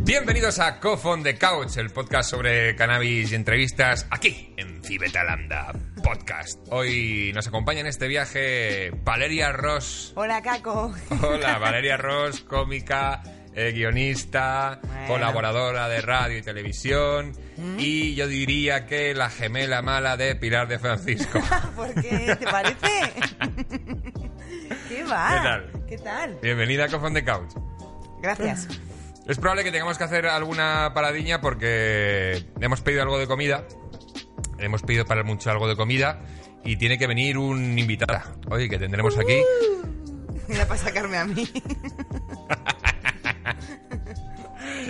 Bienvenidos a Cough on the Couch, el podcast sobre cannabis y entrevistas aquí en Fibetalanda Podcast. Hoy nos acompaña en este viaje Valeria Ross. Hola, Caco. Hola, Valeria Ross, cómica, eh, guionista, Bueno. colaboradora de radio y televisión y yo diría que la gemela mala de Pilar de Francisco. ¿Por qué? ¿Te parece? ¿Qué va? ¿Qué tal? ¿Qué tal? Bienvenida a Cough on the Couch. Gracias. Es probable que tengamos que hacer alguna paradiña porque hemos pedido algo de comida. Hemos pedido para mucho algo de comida y tiene que venir un invitada. Oye, que tendremos aquí. Uh. Mira, para sacarme a mí.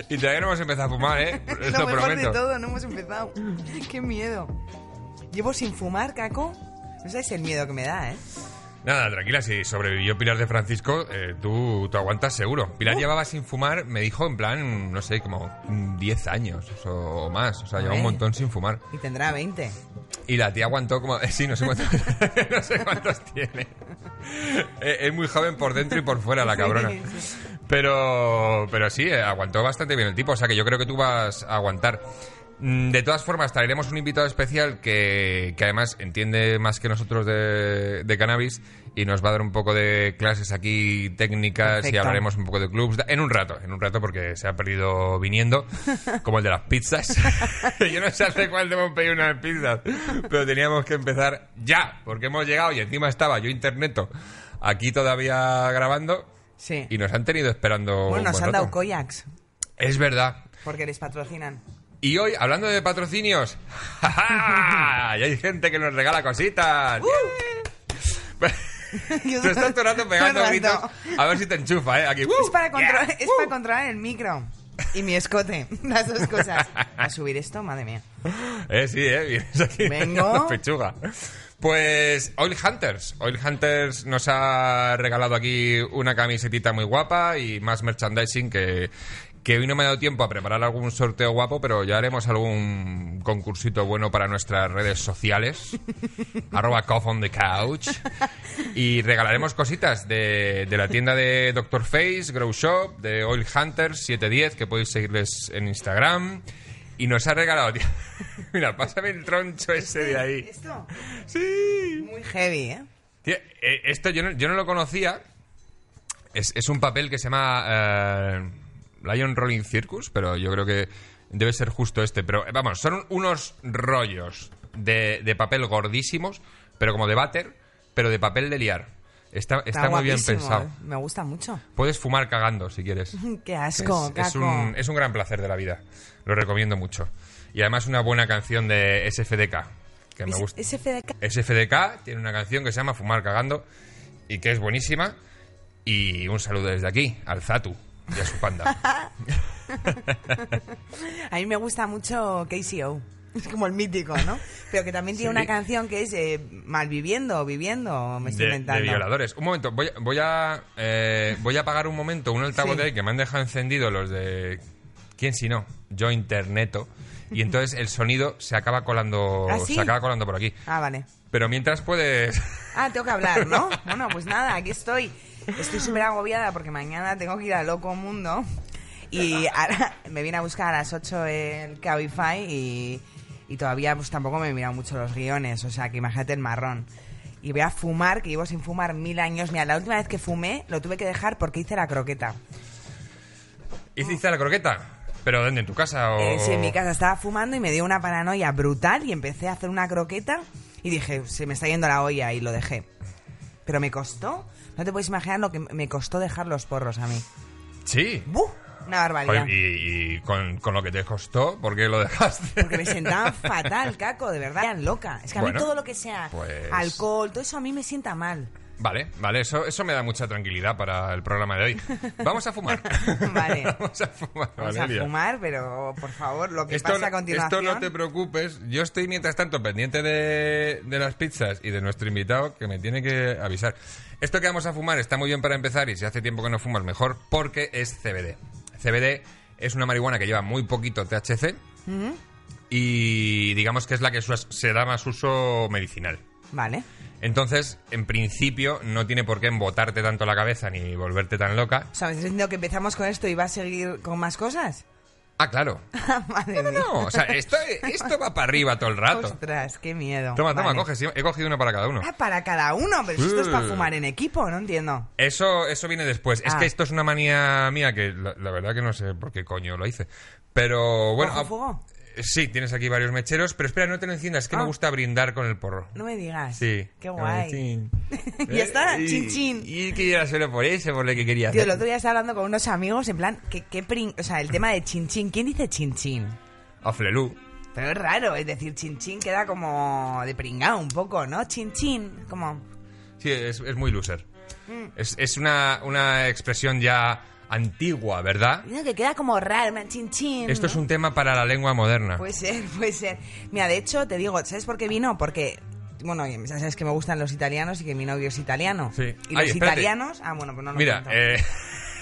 Y todavía no hemos empezado a fumar, ¿eh? Esto Lo mejor de prometo. todo, no hemos empezado. Qué miedo. Llevo sin fumar, Caco. No sabes el miedo que me da, ¿eh? Nada, tranquila, si sobrevivió Pilar de Francisco, eh, tú, tú aguantas seguro. Uh. Pilar llevaba sin fumar, me dijo, en plan, no sé, como mm, 10 años o, o más. O sea, lleva un Ay. montón sin fumar. Y tendrá 20. Y la tía aguantó como... eh, Sí, no sé cuántos, no sé cuántos tiene. Eh, es muy joven por dentro y por fuera la cabrona. Sí, Pero, pero sí, eh, aguantó bastante bien el tipo. O sea que yo creo que tú vas a aguantar. Mm, De todas formas, traeremos un invitado especial que, que además entiende más que nosotros de, de cannabis y nos va a dar un poco de clases aquí técnicas y Perfecto. hablaremos un poco de clubs. En un rato, en un rato porque se ha perdido viniendo, como el de las pizzas. Yo no sé hace cuánto hemos pedido unas pizzas, pero teníamos que empezar ya, porque hemos llegado y encima estaba yo interneto aquí todavía grabando Sí. y nos han tenido esperando. bueno, un nos buen han dado rato. koyaks Es verdad. porque les patrocinan. Y hoy, hablando de patrocinios, ¡ja, ja! ya hay gente que nos regala cositas. Uh. ¡Uh! Yo Tú estás todo el rato pegando Todo el gritos. rato. A ver si te enchufa, ¿eh? Aquí. ¡uh! Es, para controlar, Yeah, es ¡uh! para controlar el micro y mi escote. Las dos cosas. A subir esto, madre mía. Eh, sí, eh, vienes aquí Vengo. pegando pechuga. Pues Oil Hunters. Oil Hunters nos ha regalado aquí una camisetita muy guapa y más merchandising que, que hoy no me ha dado tiempo a preparar algún sorteo guapo, pero ya haremos algún concursito bueno para nuestras redes sociales. arroba cough on the couch. Y regalaremos cositas de, de la tienda de Dr. Face, Grow Shop, de Oil Hunters 710, que podéis seguirles en Instagram. Y nos ha regalado, tío. Mira, pásame el troncho ese de ahí. Esto, Sí. muy heavy, ¿eh? Tío, eh, esto yo no, yo no lo conocía. Es, es un papel que se llama eh, Lion Rolling Circus, pero yo creo que debe ser justo este. Pero eh, vamos, son unos rollos de, de papel gordísimos, pero como de váter, pero de papel de liar. Está, está, muy bien guapísimo, pensado. ¿eh? Me gusta mucho. Puedes fumar cagando si quieres. Qué asco, Es, es caco. un, eh, es un gran placer de la vida. Lo recomiendo mucho. Y además una buena canción de SFDK, que me Es- gusta. es FDK. SFDK tiene una canción que se llama Fumar Cagando y que es buenísima. Y un saludo desde aquí al Zatu y a su panda. A mí me gusta mucho KCO. Es como el mítico, ¿no? Pero que también tiene Sí. una canción que es eh, Malviviendo o Viviendo, me estoy De, de inventando. violadores. Un momento, voy, a- voy a eh, voy a apagar un momento un altavoz Sí. de ahí que me han dejado encendido los de... ¿Quién si no? Yo Interneto. Y entonces el sonido se acaba colando, ¿Ah, sí? se acaba colando por aquí. Ah, vale. Pero mientras puedes... Ah, tengo que hablar, ¿no? Bueno, pues nada, aquí estoy. Estoy súper agobiada porque mañana tengo que ir a Loco Mundo. Y ahora me viene a buscar a las 8 el Cabify y, y todavía pues tampoco me he mirado mucho los guiones. O sea, que imagínate el marrón. Y voy a fumar, que llevo sin fumar mil años. Mira, la última vez que fumé lo tuve que dejar porque hice la croqueta. ¿Hiciste la croqueta? ¿Pero dónde? ¿En tu casa? O... Eh, sí, en mi casa estaba fumando y me dio una paranoia brutal y empecé a hacer una croqueta y dije, se me está yendo la olla y lo dejé. Pero me costó, no te puedes imaginar lo que me costó dejar los porros a mí. Sí. ¡Buf! Una barbaridad. Oye, y y con, con lo que te costó, ¿por qué lo dejaste? Porque me sentaba fatal, caco, de verdad, eran loca. Es que a Bueno, mí todo lo que sea pues- alcohol, todo eso a mí me sienta mal. Vale, vale, eso, eso me da mucha tranquilidad para el programa de hoy. Vamos a fumar. Vale. Vamos a fumar, Vamos Valeria. a fumar, pero por favor, lo que Esto, pasa a esto continuación. no te preocupes. Yo estoy mientras tanto pendiente de, de las pizzas y de nuestro invitado que me tiene que avisar. Esto que vamos a fumar está muy bien para empezar y si hace tiempo que no fumas mejor porque es CBD. CBD es una marihuana que lleva muy poquito THC y digamos que es la que su- se da más uso medicinal. Vale. Entonces, en principio, no tiene por qué embotarte tanto la cabeza ni volverte tan loca. O sea, me estás diciendo que empezamos con esto y va a seguir con más cosas. Ah, claro. No, Madre no, mía. no. O sea, esto, esto va para arriba todo el rato. Ostras, qué miedo. Toma, toma, Vale. coge. sí, He cogido uno para cada uno. Ah, para cada uno, pero si esto es para Sí. fumar en equipo, no entiendo. Eso, eso viene después. Es Ah. que esto es una manía mía que la, la verdad que no sé por qué coño lo hice. Pero bueno. ¿Bajo ah, fuego? Sí, tienes aquí varios mecheros, pero espera, no te lo enciendas, es que Ah. me gusta brindar con el porro. No me digas. Sí. Qué guay. Chin. Ya está, Y- chin, chin. Y que yo era solo por eso, por lo que quería Tío, hacer. el otro día estaba hablando con unos amigos en plan, que, que prin- o sea, el tema de chin chin. ¿Quién dice chin chin? A Flelú. Pero es raro, es decir, chin chin queda como de pringado un poco, ¿no? Chin chin, como... Sí, es, es muy loser. Mm. Es, es una, una expresión ya antigua, ¿verdad? no, que queda como raro, man, chin chin. Esto ¿no? Pues es un tema para la lengua moderna. Puede ser, puede ser. Mira, de hecho, te digo, ¿sabes por qué vino? Porque, bueno, ya sabes que me gustan los italianos y que mi novio es italiano. Sí. Y Ay, los espérate. italianos... Ah, bueno, pues no lo Mira, cuento. eh,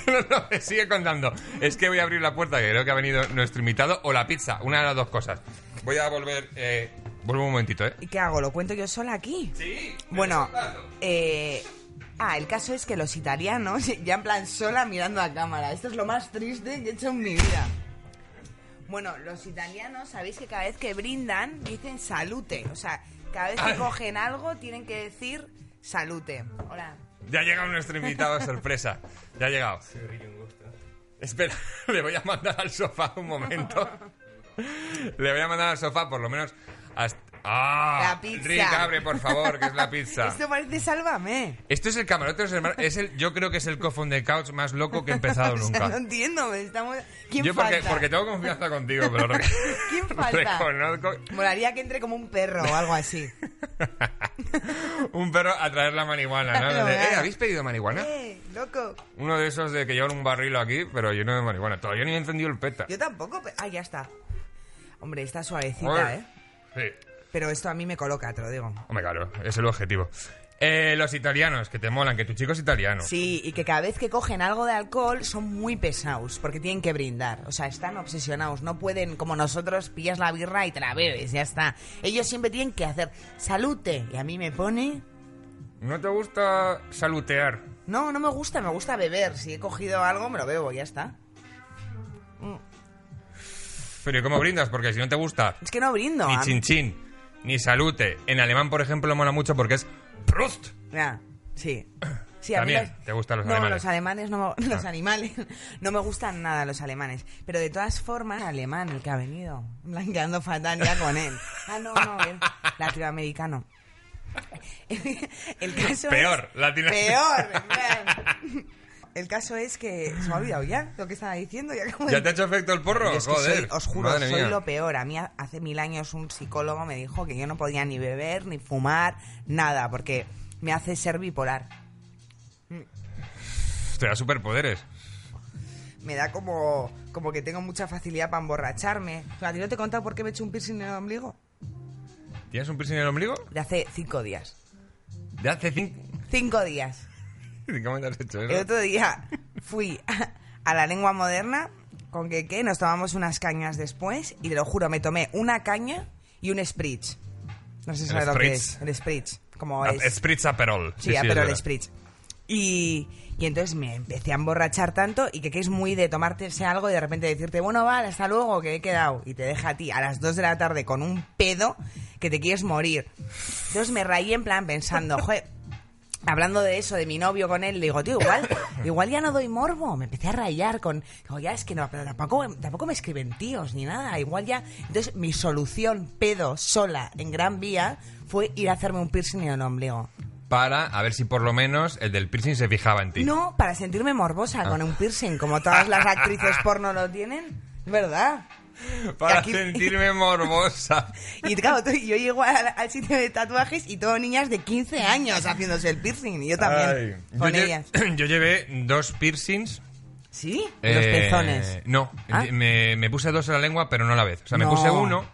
no, no, me sigue contando. Es que voy a abrir la puerta, que creo que ha venido nuestro invitado, o la pizza, una de las dos cosas. Voy a volver... Eh, vuelvo un momentito, ¿eh? ¿Y qué hago? ¿Lo cuento yo sola aquí? Sí. Bueno, eh, ah, el caso es que los italianos, ya en plan sola mirando a cámara, esto es lo más triste que he hecho en mi vida. Bueno, los italianos, sabéis que cada vez que brindan dicen salute, o sea, cada vez que Ay. cogen algo tienen que decir salute. Hola. Ya ha llegado nuestro invitado sorpresa. Ya ha llegado. Espera, le voy a mandar al sofá un momento. Le voy a mandar al sofá, por lo menos. Hasta... ¡Ah! La pizza. Rick, abre, por favor, que es la pizza. Esto parece sálvame. Esto es el camarote de los hermanos. Es el, yo creo que es el cofón de couch más loco que he empezado O sea, nunca. no entiendo, me estamos... ¿Quién yo porque, falta? porque tengo confianza contigo, pero re- ¿Quién falta? reconozco Molaría que entre como un perro o algo así. un perro a traer la marihuana, ¿no? Claro, De, claro. "Eh, ¿Habéis pedido marihuana? ¡Eh, loco! Uno de esos de que llevan un barril aquí, pero lleno de marihuana. Todavía ni he encendido el peta. Yo tampoco. pe- Ah, ya está. Hombre, está suavecita, Joder. ¿eh? Sí. Pero esto a mí me coloca, te lo digo. Hombre, claro, es el objetivo. Eh, los italianos, que te molan, que tu chico es italiano. Sí, y que cada vez que cogen algo de alcohol son muy pesados, porque tienen que brindar. O sea, están obsesionados. No pueden, como nosotros, pillas la birra y te la bebes, ya está. Ellos siempre tienen que hacer salute. Y a mí me pone... ¿No te gusta salutear? No, no me gusta, me gusta beber. Si he cogido algo, me lo bebo, ya está. Pero ¿y cómo brindas? Porque si no te gusta Es que no brindo. ni a mí- chin chin, ni salute. En alemán, por ejemplo, mola mucho porque es Prost. Ya, sí. Sí, También te gustan los no, alemanes. Ah. los alemanes no me, los animales no me gustan nada los alemanes, pero de todas formas alemán el que ha venido, blanqueando fatal ya con él. Ah, no, no, el latinoamericano. El caso Peor, es, latinoamericano. peor. en plan. El caso es que se me ha olvidado ya lo que estaba diciendo y acabo de- ¿Ya te ha hecho efecto el porro? Yo es que Joder, soy- os juro, madre soy mía. lo peor. A mí ha- hace mil años un psicólogo me dijo que yo no podía ni beber, ni fumar, nada, porque me hace ser bipolar. Te da superpoderes. Me da como, como que tengo mucha facilidad para emborracharme. O sea, ¿A ti no te he contado por qué me he hecho un piercing en el ombligo? ¿Tienes un piercing en el ombligo? De hace cinco días. De hace cinco... Cinco días. ¿Cómo te has hecho El eso? otro día fui a la lengua moderna con que, que nos tomamos unas cañas después y te lo juro, me tomé una caña y un spritz. No sé si El sabes lo que spritz. es. El spritz. Como Ah, es. Spritz Aperol. Sí, es pero el verdad. spritz. Y, y entonces me empecé a emborrachar tanto y que, que es muy de tomarse algo y de repente decirte, bueno, vale, hasta luego, que he quedado. Y te deja a ti a las 2 de la tarde con un pedo que te quieres morir. Entonces me rayé en plan pensando, joder, hablando de eso, de mi novio con él, le digo, tío, igual, igual ya no doy morbo. Me empecé a rayar con. Digo, ya es que no, pero tampoco, tampoco me escriben tíos ni nada. Igual ya. Entonces, mi solución, pedo, sola, en Gran Vía, fue ir a hacerme un piercing en el ombligo. Para a ver si por lo menos el del piercing se fijaba en ti. Ah. No, para sentirme morbosa con un piercing, como todas las actrices porno lo tienen. Es verdad. Para Aquí- sentirme morbosa. Y claro, tú- yo llego al, al sitio de tatuajes y todo niñas de 15 años haciéndose el piercing. Y yo también. Ay. Con yo, lle- ellas. yo llevé dos piercings. ¿Sí? En los eh, pezones. No, Ah. me, me puse dos en la lengua, pero no a la vez. O sea, me No. puse uno,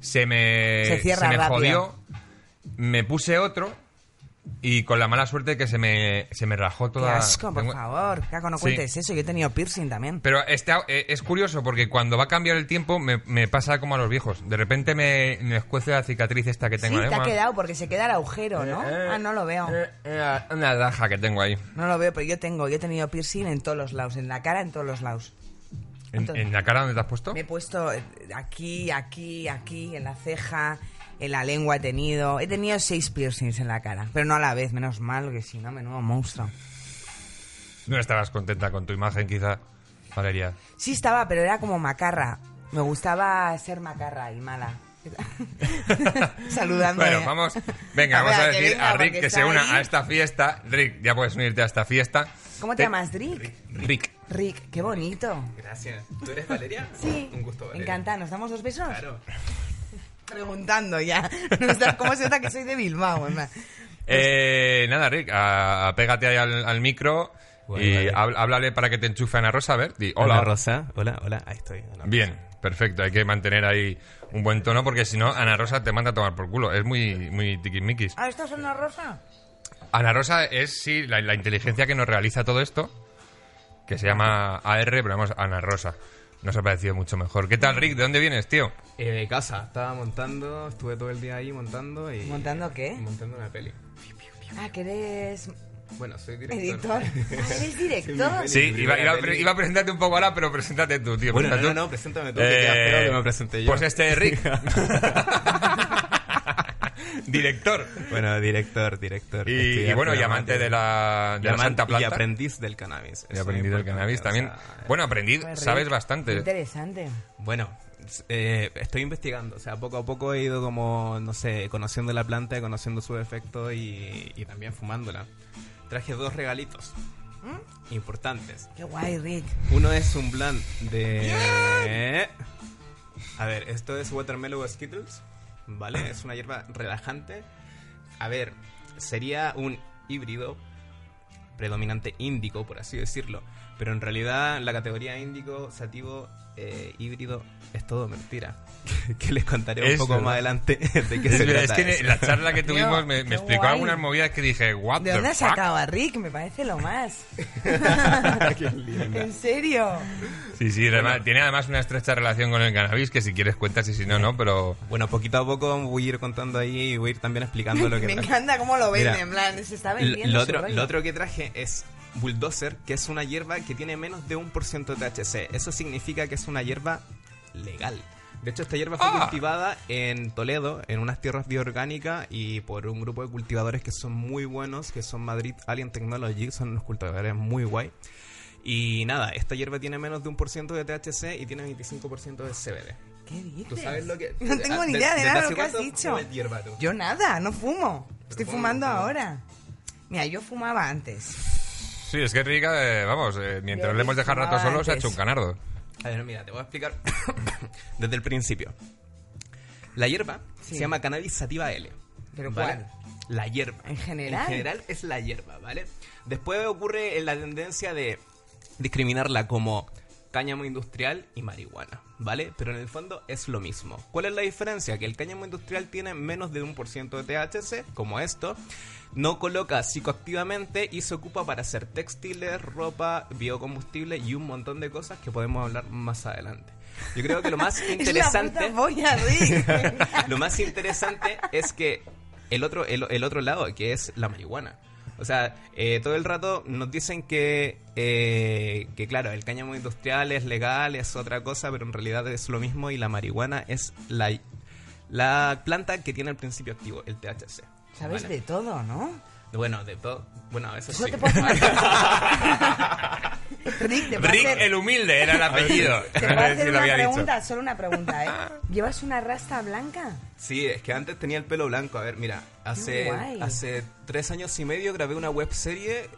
se me, Se cierra me rápido. jodió, me puse otro y con la mala suerte que se me, se me rajó Qué toda asco, por tengo- favor. Caco, no Sí. cuentes eso. Yo he tenido piercing también. Pero este, eh, es curioso porque cuando va a cambiar el tiempo me, me pasa como a los viejos. De repente me, me escuece la cicatriz esta que tengo en sí, te la ha lengua. quedado porque se queda el agujero, ¿no? Eh, eh, ah, no lo veo. eh, eh, una daja que tengo ahí. No lo veo, pero yo tengo. Yo he tenido piercing en todos los lados. En la cara, en todos los lados. ¿En, en la cara dónde te has puesto? Me he puesto eh, aquí, aquí, aquí, en la ceja, en la lengua he tenido. He tenido seis piercings en la cara, pero no a la vez, menos mal, que si no, menudo monstruo. No estarás contenta con tu imagen, quizá, Valeria. Sí estaba, pero era como macarra. Me gustaba ser macarra y mala. Saludando. eh. Bueno, vamos. Venga, A ver, vamos a que decir venga, a Rick porque que está se una ahí. a esta fiesta. Rick, ya puedes unirte a esta fiesta. ¿Cómo te llamas, Rick? Rick. Rick, qué bonito. Gracias. ¿Tú eres Valeria? Sí. Un gusto, Valeria. Encantada, ¿nos damos dos besos? Claro. Preguntando ya. ¿Cómo se nota que soy de Bilbao? hermano? Eh, nada, Rick, a- a- pégate ahí al, al micro Bueno, y vale. hab- háblale para que te enchufe a Ana Rosa. A ver, di, Hola, hola. Rosa. Hola, hola. Ahí estoy. Ana. Bien, perfecto. Hay que mantener ahí un buen tono porque si no, Ana Rosa te manda a tomar por culo. Es muy, muy tiquismiquis. Ah, ¿esto es una rosa? Ana Rosa es, sí, la, la inteligencia que nos realiza todo esto, que se llama AR, pero vamos, Ana Rosa. Nos ha parecido mucho mejor. ¿Qué tal, Rick? ¿De dónde vienes, tío? Eh, de casa. Estaba montando. Estuve todo el día ahí montando y... ¿Montando qué? Montando una peli. Ah, que eres Bueno, soy director. editor. Ah, ¿Eres director? Sí, Mi iba, primera iba a peli. pre- iba a presentarte un poco ahora, pero preséntate tú, tío. Bueno, no, no, preséntate no, tú. preséntame tú, que queda Eh, feo que me presenté yo. Pues este Rick. Director. Bueno, director, director. Y, Estudiar y bueno, y programa, amante tío. de la, de la Llaman- Santa Y Planta. aprendiz del cannabis. Y aprendí Eso es del importante, cannabis o también. sea, Bueno, aprendí, Pues, Rick, sabes bastante. Interesante. Bueno, eh, estoy investigando, o sea, poco a poco he ido como, no sé, conociendo la planta, conociendo su efecto y, y también fumándola. Traje dos regalitos importantes. Qué guay, Rick. Uno es un blend de... A ver, esto es Watermelon Skittles, ¿vale? Es una hierba relajante. A ver, sería un híbrido predominante índico, por así decirlo. Pero en realidad la categoría índico, sativo, eh, híbrido es todo mentira. Que- que les contaré un Es poco verdad. más adelante de qué Es, se verdad, trata. es que en eso. la charla que tuvimos me, me Qué explicó guay. algunas movidas que dije, what ¿De the dónde has fuck? sacado a Rick? Me parece lo más. Qué linda. ¿En serio? Sí, sí, además- tiene además una estrecha relación con el cannabis, que si quieres cuentas y si no, no, pero... Bueno, poquito a poco voy a ir contando ahí y voy a ir también explicando lo que Me traje. encanta cómo lo venden, Mira, en plan, se está L- vendiendo. Lo su otro, rollo. lo otro que traje es Bulldozer, que es una hierba que tiene menos de un por ciento de THC. Eso significa que es una hierba legal. De hecho, esta hierba fue Ah. cultivada en Toledo, en unas tierras bioorgánicas, y por un grupo de cultivadores que son muy buenos, que son Madrid Alien Technology, son unos cultivadores muy guay. Y nada, esta hierba tiene menos de un por ciento de THC y tiene 25% de CBD. ¿Qué dices? ¿Tú sabes lo que...? No tengo ni idea de, desde nada de hace lo que has cuánto dicho. fumas hierba tú? Yo nada, no fumo. Estoy fumas, fumando fumas. ahora. Mira, yo fumaba antes. Sí, es que Rica, eh, vamos, eh, mientras Yo le hemos dejado rato fumaba solo, se ha antes. hecho un canardo. A ver, mira, te voy a explicar desde el principio. La hierba Sí. se llama cannabis sativa L. ¿Pero ¿vale? cuál? La hierba. ¿En general? En general es la hierba, ¿vale? Después ocurre la tendencia de discriminarla como cáñamo industrial y marihuana, ¿vale? Pero en el fondo es lo mismo. ¿Cuál es la diferencia? Que el cáñamo industrial tiene menos de un por ciento de THC, como esto, no coloca psicoactivamente y se ocupa para hacer textiles, ropa, biocombustible y un montón de cosas que podemos hablar más adelante. Yo creo que lo más interesante Es la puta polla, Rick. lo más interesante es que el otro, el, el otro lado, que es la marihuana. O sea, eh, todo el rato nos dicen que, eh, que, claro, el cáñamo industrial es legal, es otra cosa, pero en realidad es lo mismo y la marihuana es la, la planta que tiene el principio activo, el THC. Sabes ¿Vale? de todo, ¿no? Bueno, de todo. Bueno, a veces Solo sí. te puedo Rick, te puedo Rick hacer- el humilde era el apellido. te puedo No sé hacer si lo una había dicho. pregunta, solo una pregunta, ¿eh? ¿Llevas una rasta blanca? Sí, es que antes tenía el pelo blanco. A ver, mira, hace, Ah, guay. hace tres años y medio grabé una web serie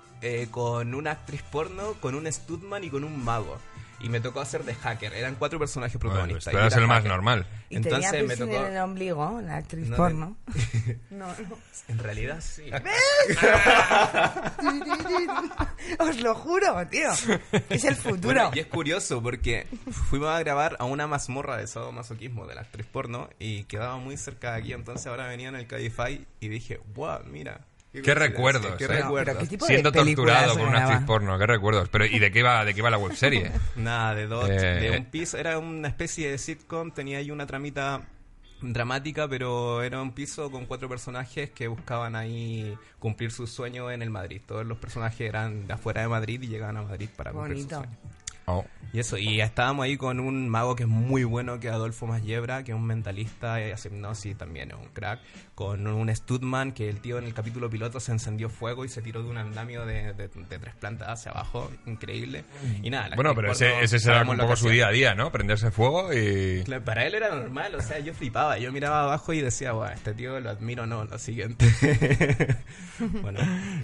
con una actriz porno, con un Studman y con un mago. Y me tocó hacer de hacker. Eran cuatro personajes Bueno, protagonistas. pues, pero Y es era lo más hacker. normal. Y Entonces tenía me piercing tocó. en el ombligo, la actriz No te- porno. No, no. En realidad sí. Os lo juro, tío. Es el futuro. Bueno, y es curioso porque fuimos a grabar a una mazmorra de sadomasoquismo de la actriz porno y quedaba muy cerca de aquí. Entonces ahora venía en el Cabify y dije, wow, mira. Qué coincidencia, recuerdos, Qué eh. Pero- recuerdos. pero ¿qué tipo de Siendo películas torturado por una grababa? actriz porno, qué recuerdos. Pero, ¿y de qué iba, de qué iba la webserie? Nada, de dos, Eh, de un piso. Era una especie de sitcom, tenía ahí una tramita dramática, pero era un piso con cuatro personajes que buscaban ahí cumplir su sueño en el Madrid. Todos los personajes eran de afuera de Madrid y llegaban a Madrid para cumplir su Bonito. sueño. Oh. Y eso, y estábamos ahí con un mago que es muy bueno, que es Adolfo Masiebra, que es un mentalista, eh, hace hipnosis también, es un crack. Con un Studman, que el tío en el capítulo piloto se encendió fuego y se tiró de un andamio de, de- de tres plantas hacia abajo, increíble. Y nada, la Bueno, actriz pero porno, ese, ese será sabemos un lo que poco su hacía. día a día, ¿no? Prenderse fuego y... Claro, Para él era normal, o sea, yo flipaba, yo miraba abajo y decía, guau, este tío lo admiro, no, lo siguiente. bueno,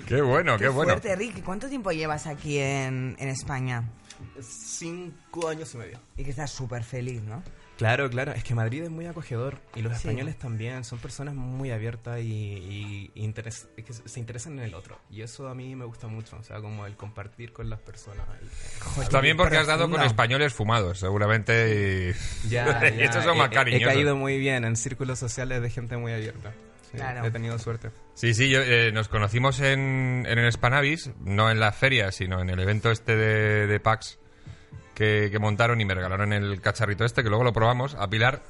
Qué bueno, qué, bueno. fuerte, Ricky. ¿Cuánto tiempo llevas aquí en, en España? cinco años y medio. Y que estás súper feliz, ¿no? Claro, claro, es que Madrid es muy acogedor y los Sí. españoles también son personas muy abiertas y, y interes- es que se interesan en el otro. Y eso a mí me gusta mucho, o sea, como el compartir con las personas. el- También porque has dado con profundo. españoles fumados, seguramente. Y, Ya, y ya, estos son más he- he, he cariñosos. caído muy bien en círculos sociales de gente muy abierta. Sí, Claro. He tenido suerte. Sí, sí, yo, eh, nos conocimos en, en el Spanavis, no en la feria, sino en el evento este de, de PAX que, que montaron y me regalaron el cacharrito este, que luego lo probamos a Pilar,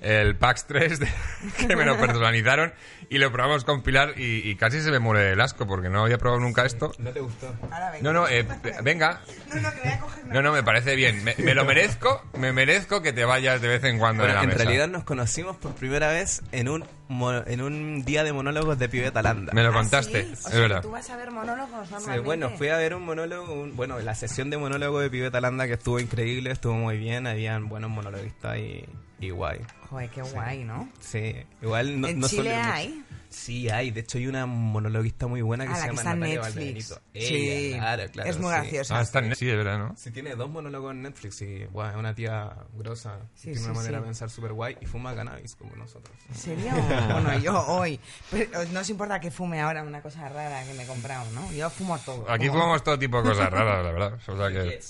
el PAX 3, de- que me lo personalizaron y lo probamos con Pilar y, y casi se me muere el asco porque no había probado nunca esto. ¿No te gustó? Ahora venga. No, no, eh, venga. No, no, que voy a coger una No, no, me parece bien. Me, me lo merezco, me merezco que te vayas de vez en cuando de Bueno, la en mesa. realidad nos conocimos por primera vez en un mono- en un día de monólogos de Pibe Talanda. Me lo ¿Ah, contaste, sí? O es sea, que verdad. Tú vas a ver monólogos Sí, normalmente. bueno, fui a ver un monólogo, un- bueno, la sesión de monólogo de Pibe Talanda que estuvo increíble, estuvo muy bien, habían buenos monologuistas y, y guay. Joder, qué guay, ¿no? Sí, igual no, ¿En no son Chile de mucho. hay? Sí, hay. De hecho, hay una monologuista muy buena que Ah, se la que llama está en Natalia Netflix. Valdebenito. sí, Ella, claro, claro, es muy sí. graciosa. Ah, está en- Sí, es verdad, ¿no? Sí, tiene dos monólogos en Netflix y guay, es una tía grosa, Sí, tiene una sí, manera sí. de pensar súper guay y fuma cannabis como nosotros. ¿Sería un- Bueno, yo hoy. Pero no os importa que fume ahora una cosa rara que me he comprado, ¿no? Yo fumo todo. Aquí Como- fumamos todo tipo de cosas raras, la verdad. O sea que...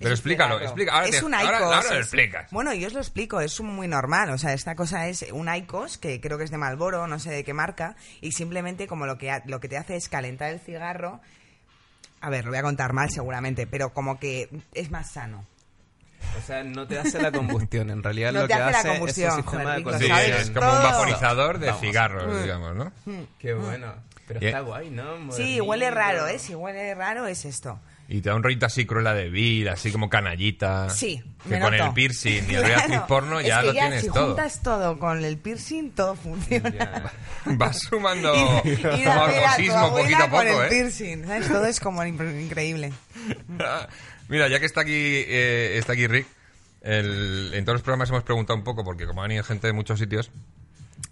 Pero Es un explícalo, cigarro. explica. Ahora es te- un ICOS. ahora- ahora es- lo explicas. Bueno, yo os lo explico, es un- muy normal. O sea, esta cosa es un ICOS, que creo que es de Malboro, no sé de qué marca, y simplemente como lo que, ha- lo que te hace es calentar el cigarro. A ver, lo voy a contar mal seguramente, pero como que es más sano. O sea, no te hace la combustión, en realidad No lo te que hace la hace combustión, es un sistema joder, de Vic, lo pues Sí, sabes es condensación. como un todo. Mm. vaponizador de Vamos. cigarros, digamos, ¿no? Qué bueno. Pero Y- está guay, ¿no? Sí, Modernito. huele raro, ¿eh? Si huele raro es esto. Y te da un rollito así cruela de vida, así como canallita. Sí, Que me con noto. el piercing y el Claro, real actriz porno es ya que lo tienes si todo. juntas todo con el piercing, todo funciona. Ya. Vas sumando Y- y la pega a tu morbosismo poquito abuela a con poco, el ¿eh? piercing, ¿sabes? Todo es como in- increíble. Mira, ya que está aquí, eh, está aquí Rick, el- en todos los programas hemos preguntado un poco, porque como han ido gente de muchos sitios,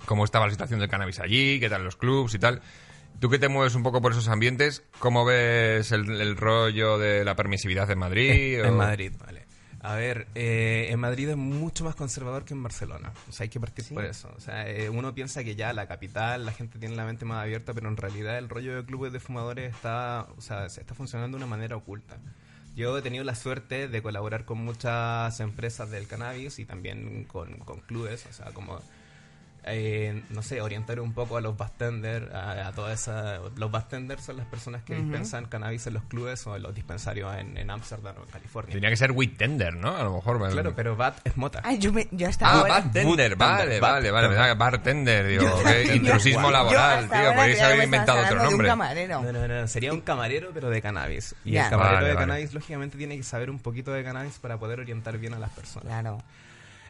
cómo estaba la situación del cannabis allí, qué tal los clubs y tal. Tú que te mueves un poco por esos ambientes, ¿cómo ves el, el rollo de la permisividad en Madrid? En o- Madrid, vale. A ver, eh, en Madrid es mucho más conservador que en Barcelona. O sea, hay que partir por eso. O sea, eh, uno piensa que ya la capital, la gente tiene la mente más abierta, pero en realidad el rollo de clubes de fumadores está, o sea, se está funcionando de una manera oculta. Yo he tenido la suerte de colaborar con muchas empresas del cannabis y también con, con clubes, o sea, como eh, no sé, orientar un poco a los bartenders, a, a toda esa... Los bartenders son las personas que dispensan cannabis en los clubes o en los dispensarios en en Ámsterdam o en California. Tenía que ser wit tender, ¿no? A lo mejor. me- Claro, pero bat es mota. Ay, yo, me, yo hasta Ah, ahora... bartender, vale, vale, Bartender, vale, bartender. me da bartender, digo, Yo- qué intrusismo Yo- laboral, yo hasta tío, ahora podríais creía que haber me inventado estabas otro hablando nombre. de un camarero. No, no, no, sería un camarero pero de cannabis. Y Ya. el camarero Vale, de vale. cannabis lógicamente tiene que saber un poquito de cannabis para poder orientar bien a las personas. Claro.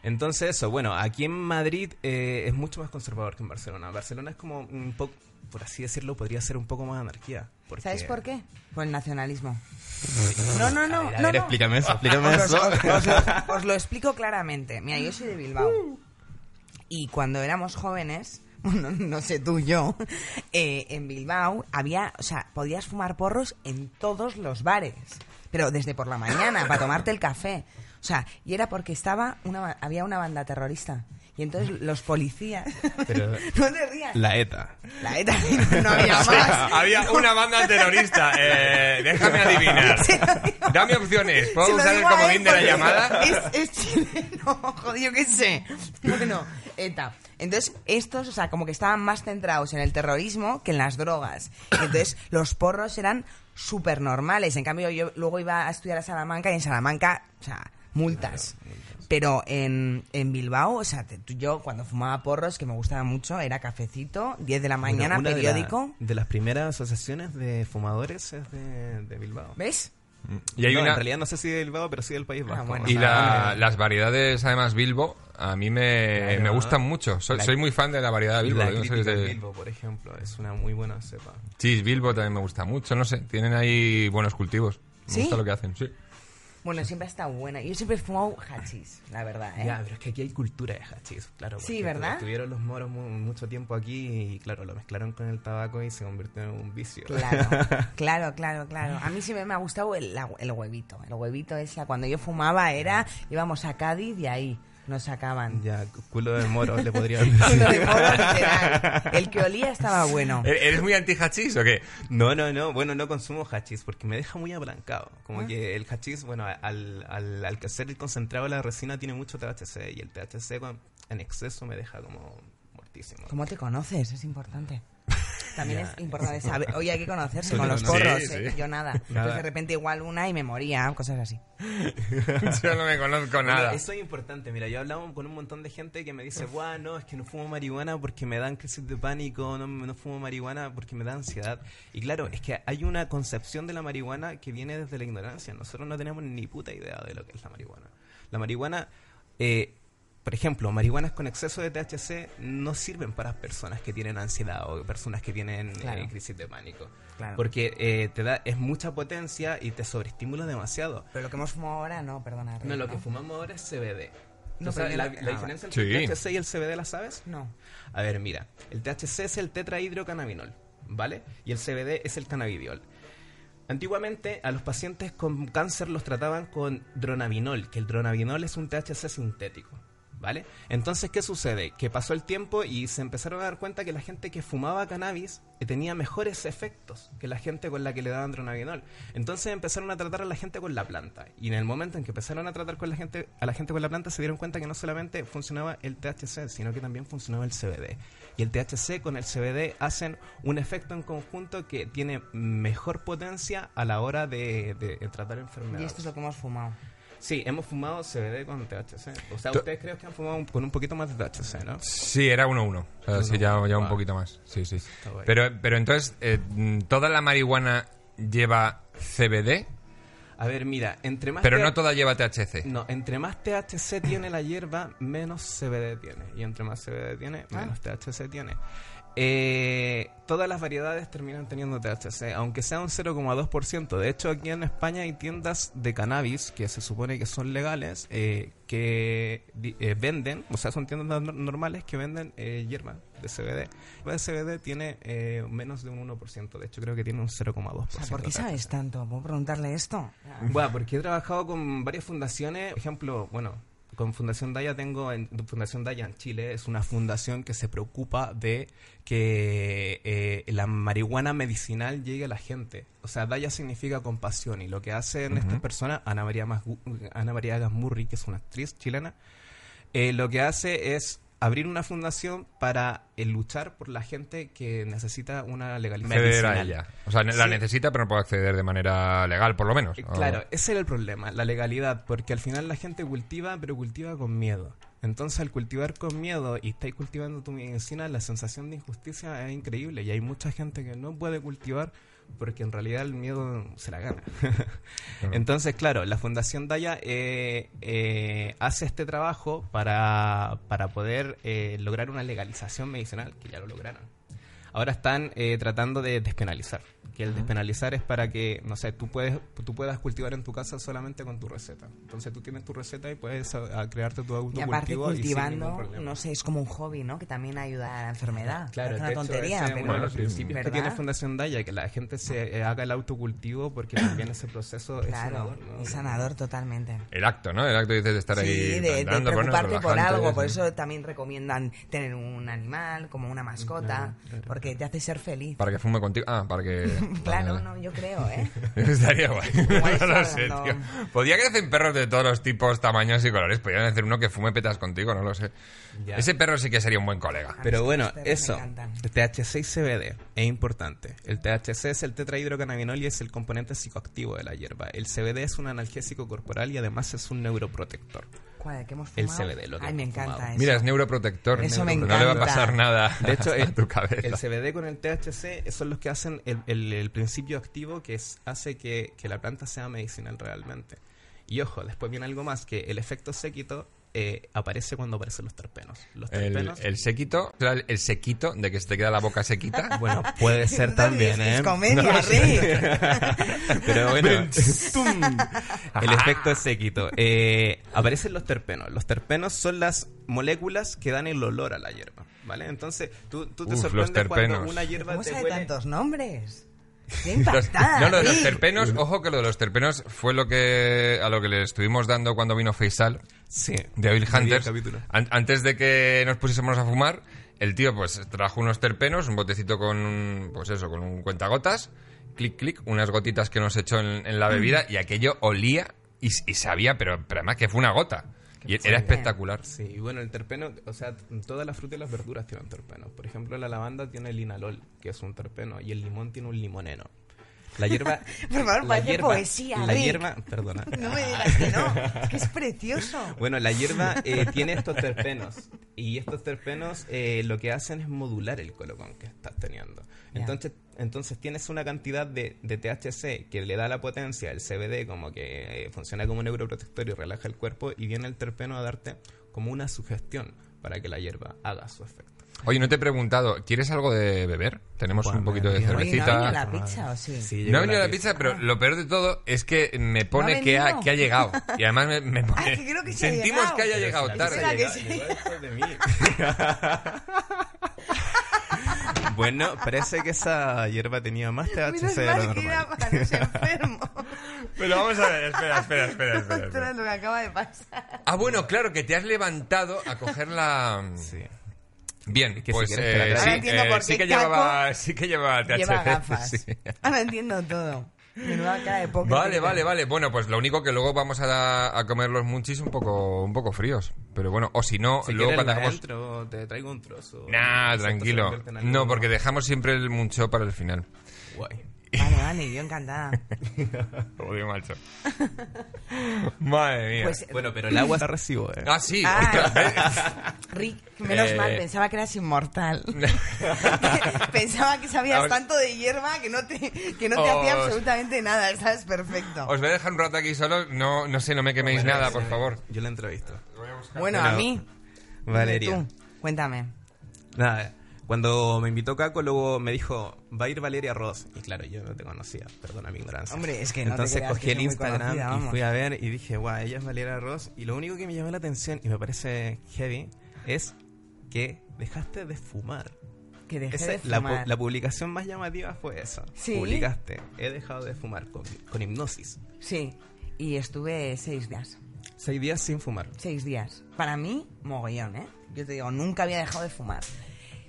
Entonces eso, bueno, aquí en Madrid eh, es mucho más conservador que en Barcelona. Barcelona es como un poco, por así decirlo, podría ser un poco más anarquía. porque- ¿Sabes por qué? Por el nacionalismo. No, no, no. A ver, a no, ver, no. explícame eso, explícame Os- eso. Os, os lo, os lo explico claramente. Mira, yo soy de Bilbao. Y cuando éramos jóvenes, bueno, no sé tú, yo, eh, en Bilbao había, o sea, podías fumar porros en todos los bares. Pero desde por la mañana, para tomarte el café. O sea, y era porque estaba una, ba- había una banda terrorista. Y entonces los policías... Pero- no te rías. La, La ETA. ETA no había más. Había una banda terrorista. Eh, déjame adivinar. Dame opciones. ¿Puedo Se lo usar el digo a él comodín de la porque llamada? Es, es chileno, joder, yo qué sé. Bueno, ETA. Entonces, estos, o sea, como que estaban más centrados en el terrorismo que en las drogas. Entonces, los porros eran súper normales. En cambio, yo luego iba a estudiar a Salamanca y en Salamanca, o sea, multas. Pero en, en Bilbao, o sea, te- tú- yo cuando fumaba porros, que me gustaba mucho, era cafecito, 10 de la mañana, Bueno, una de la- periódico. De, las primeras asociaciones de fumadores es de, de Bilbao. ¿Ves? Y hay No, una, En realidad Ah, no sé si del Bilbao, pero sí del País Vasco. Ah, bueno. O Y sea, la- las variedades, además, Bilbo, a mí me, Claro. me gustan mucho. Soy, La- soy muy fan de la variedad de Bilbo. la Yo no soy crítica de- de Bilbo, por ejemplo, es una muy buena cepa. Sí, Bilbo también me gusta mucho, no sé. Tienen ahí buenos cultivos. Me ¿Sí? gusta lo que hacen, sí. Bueno, siempre ha estado buena. Yo siempre he fumado hachís, la verdad, ¿eh? Ya, pero es que aquí hay cultura de hachís, claro. Sí, porque ¿verdad? Estuvieron los moros mu- mucho tiempo aquí y, claro, lo mezclaron con el tabaco y se convirtió en un vicio. Claro, claro, claro, claro. A mí siempre me ha gustado el, la- el huevito. El huevito esa, cuando yo fumaba era, íbamos a Cádiz y ahí nos sacaban. Ya, culo de moro le podría Uno de moro, literal. El que olía estaba bueno. ¿E- ¿Eres muy anti-hachís o qué? No, no, no. Bueno, no consumo hachís porque me deja muy ablancado. Como que el hachís, bueno, al, al, al que ser el concentrado de la resina tiene mucho THC y el THC con- en exceso me deja como muertísimo. ¿Cómo te conoces? Es importante. También es importante saber. Oye, hay que conocerse Tú con te los conoces. porros. Sí, ¿eh? sí. Yo nada. Entonces Nada. de repente igual una y me moría, cosas así. Yo no me conozco Bueno, nada. Eso es importante. Mira, yo he hablado con un montón de gente que me dice, guau, no, es que no fumo marihuana porque me dan crisis de pánico, no, no fumo marihuana porque me da ansiedad. Y claro, es que hay una concepción de la marihuana que viene desde la ignorancia. Nosotros no tenemos ni puta idea de lo que es la marihuana. La marihuana, eh, por ejemplo, marihuanas con exceso de THC no sirven para personas que tienen ansiedad o personas que tienen eh, Claro. crisis de pánico. Claro. Porque eh, te da, es mucha potencia y te sobreestimula demasiado. Pero lo que hemos fumado ahora, no, perdona. No, Rey, lo que fumamos ahora es CBD. No, No, pero yo la, no- la ah, vale. diferencia Sí. entre el THC y el CBD la sabes? No. A ver, mira, el THC es el tetrahidrocannabinol, ¿vale? Y el CBD es el cannabidiol. Antiguamente a los pacientes con cáncer los trataban con dronabinol, que el dronabinol es un THC sintético, ¿vale? Entonces, ¿qué sucede? Que pasó el tiempo y se empezaron a dar cuenta que la gente que fumaba cannabis eh, tenía mejores efectos que la gente con la que le daban dronabinol. Entonces empezaron a tratar a la gente con la planta. Y en el momento en que empezaron a tratar con la gente, a la gente con la planta, se dieron cuenta que no solamente funcionaba el THC, sino que también funcionaba el CBD. Y el THC con el CBD hacen un efecto en conjunto que tiene mejor potencia a la hora de, de- de tratar Y enfermedades. esto es lo que hemos fumado. Sí, hemos fumado CBD con THC. O sea, Tú- ustedes creo que han fumado un- con un poquito más de THC, ¿no? Sí, era 1-1. O sea, sí, ya, 1-1, ya un vale. poquito más. Sí, sí. guay. Pero, pero entonces, eh, mm, ¿toda la marihuana lleva CBD? A ver, mira, entre más... Pero te- no toda lleva THC. No, entre más THC tiene la hierba, menos CBD tiene. Y entre más CBD tiene, Ah. menos THC tiene. Eh, todas las variedades terminan teniendo THC, aunque sea un 0,2%. De hecho, aquí en España hay tiendas de cannabis que se supone que son legales, eh, que di- eh, venden, o sea, son tiendas nor- normales que venden eh, hierba de CBD. La de CBD tiene eh, menos de un 1%, de hecho creo que tiene un 0,2%. O sea, ¿por qué THC. sabes tanto? ¿Puedo preguntarle esto? Bueno, porque he trabajado con varias fundaciones. Por ejemplo, bueno, con Fundación Daya tengo, en, Fundación Daya en Chile es una fundación que se preocupa de que eh, la marihuana medicinal llegue a la gente. O sea, Daya significa compasión y lo que hacen estas personas, Ana María, Masgu- Ana María Gasmurri, que es una actriz chilena, eh, lo que hace es abrir una fundación para eh, luchar por la gente que necesita una legalización. Acceder a ella. O sea, ne- la Sí. necesita, pero no puede acceder de manera legal, por lo menos. Eh, O- Claro, ese era el problema, la legalidad, porque al final la gente cultiva, pero cultiva con miedo. Entonces, al cultivar con miedo y estáis cultivando tu medicina, la sensación de injusticia es increíble y hay mucha gente que no puede cultivar porque en realidad el miedo se la gana. Entonces, claro, la Fundación Daya eh, eh, hace este trabajo para, para poder eh, lograr una legalización medicinal, que ya lo lograron. Ahora están eh, tratando de despenalizar, que el despenalizar es para que, no sé, tú, puedes, tú puedas cultivar en tu casa solamente con tu receta. Entonces tú tienes tu receta y puedes ah, a- a crearte tu Y autocultivo aparte y sin ningún cultivando, problema. no sé, es como un hobby, ¿no? Que también ayuda a la enfermedad. es Claro, de una hecho, tontería, ese es uno de pero los principios ¿verdad? que tiene Fundación Daya, que la gente se eh, haga el autocultivo porque también ese proceso es claro, sanador. ¿no? es sanador totalmente. El acto, ¿no? El acto dices de estar Sí, ahí. de, de andando, bueno, preocuparte por relajante, algo, por sí. eso también recomiendan tener un animal como una mascota, porque te hace ser feliz. Para que fume contigo. Ah, para que. Claro, Vale, no, yo creo, ¿eh? vale. Estaría guay. Igual no lo sé, está tío. hablando- Podría crecer perros de todos los tipos, tamaños y colores. Podrían hacer uno que fume petas contigo, no lo sé. Ya. Ese perro sí que sería un buen colega. mí Pero estos bueno, perros me eso, encantan. el THC y CBD es importante. El THC es el tetrahidrocannabinol y es el componente psicoactivo de la hierba. El CBD es un analgésico corporal y además es un neuroprotector. ¿cuál? ¿El que hemos El fumado? CBD, lo que Ay, me hemos encanta fumado. eso. Mira, es neuroprotector. Eso me neuroprotector. No le va a encanta. pasar nada De hecho, a el, tu cabeza. el CBD con el THC son los que hacen el, el- el principio activo que es- hace que, que la planta sea medicinal realmente. Y ojo, después viene algo más, que el efecto séquito eh, aparece cuando aparecen los terpenos. Los El, terpenos... el sequito, ¿será el, el sequito de que se te queda la boca sequita. Bueno, puede ser también, Es ¿eh? comedia, No, Rick. Pero bueno, ¡tum! el efecto es séquito. Eh, aparecen los terpenos. Los terpenos son las moléculas que dan el olor a la hierba, ¿vale? Entonces, tú, tú te Uf, los sorprendes cuando terpenos. una hierba ¿Cómo te sabe huele- tantos nombres? ¡Qué Los- impactada! no, lo de los Rick. terpenos, ojo que lo de los terpenos fue lo que a lo que le estuvimos dando cuando vino Faisal Sí. de Bill Vi el Hunters. capítulo. An- antes de que nos pusiésemos a fumar, el tío pues trajo unos terpenos, un botecito con un, pues eso, con un cuentagotas, clic clic, unas gotitas que nos echó en, en la bebida y aquello olía y, y sabía, pero, pero además que fue una gota. Y era espectacular. Sí, y bueno, el terpeno, o sea, t- todas las frutas y las verduras tienen terpenos. Por ejemplo, la lavanda tiene el inalol, que es un terpeno, y el limón tiene un limoneno. La hierba. Por favor, la parece hierba- poesía, La Rick. hierba, perdona. No me digas que no. Es que es precioso. Bueno, la hierba eh, tiene estos terpenos y estos terpenos eh, lo que hacen es modular el colocón que estás teniendo. Ya. Entonces, entonces tienes una cantidad de, de THC que le da la potencia, el CBD como que eh, funciona como un neuroprotector y relaja el cuerpo y viene el terpeno a darte como una sugestión para que la hierba haga su efecto. Oye, no te he preguntado, ¿quieres algo de beber? Tenemos Bueno, un poquito de Dios. Oye, ¿no ha venido cervecita. la pizza o sí? Sí, No llegó ha venido la pizza. pizza, pero lo peor de todo es que me pone ha que, ha, venido? que ha llegado. Y además me, me pone. Ah, que creo que sí ha sentimos llegado. que haya Pero llegado si la tarde. pizza Llegó- que sí. llegó después de mí. bueno, parece que esa hierba tenía más THC Menos de lo mal que era normal. para los enfermos. Pero vamos a ver, espera, espera, espera, espera, Ostras, espera. lo que acaba de pasar. Ah, bueno, claro, que te has levantado a coger la. Sí. Bien, Que si pues quieres que la eh, traiga. sí, Ahora entiendo eh, por sí qué que Caco llevaba, sí que llevaba THC. Lleva gafas. sí. Ahora entiendo todo. Menuda cara de póker. Vale, vale, vale. Bueno, pues lo único que luego vamos a, da- a comer los munchis un poco, un poco fríos. Pero bueno, o si no, Si luego quieres cuando la hagamos. entro, te traigo un trozo. Nah, Esto se tranquilo. convierte en algo No, porque dejamos siempre el muncho para el final. Guay. Vale, vale, yo encantada. Odio macho. Madre mía. Pues, Bueno, pero el agua la recibo, eh. Ah, sí. Ah, Rick, menos Eh. mal, pensaba que eras inmortal. pensaba que sabías Os- tanto de hierba que no te, que no te Os- hacía absolutamente nada, estás perfecto. Os voy a dejar un rato aquí solo. No, no sé, no me queméis nada, por favor. Yo la entrevisto. bueno, a Bueno, mí, Valeria. tú, cuéntame. Nada, cuando me invitó Caco, luego me dijo, va a ir Valeria Ross. Y claro, yo no te conocía, perdona mi ignorancia. Hombre, es que no te Entonces creas cogí que el soy muy Instagram conocida, y vamos. fui a ver y dije, guau, ella es Valeria Ross. Y lo único que me llamó la atención y me parece heavy es que dejaste de fumar. Que dejé Esa- de la, pu- fumar. la publicación más llamativa fue esa. Sí. Publicaste, he dejado de fumar con, con hipnosis. Sí, y estuve seis días. Seis días sin fumar. Seis días. Para mí, mogollón, ¿eh? Yo te digo, nunca había dejado de fumar.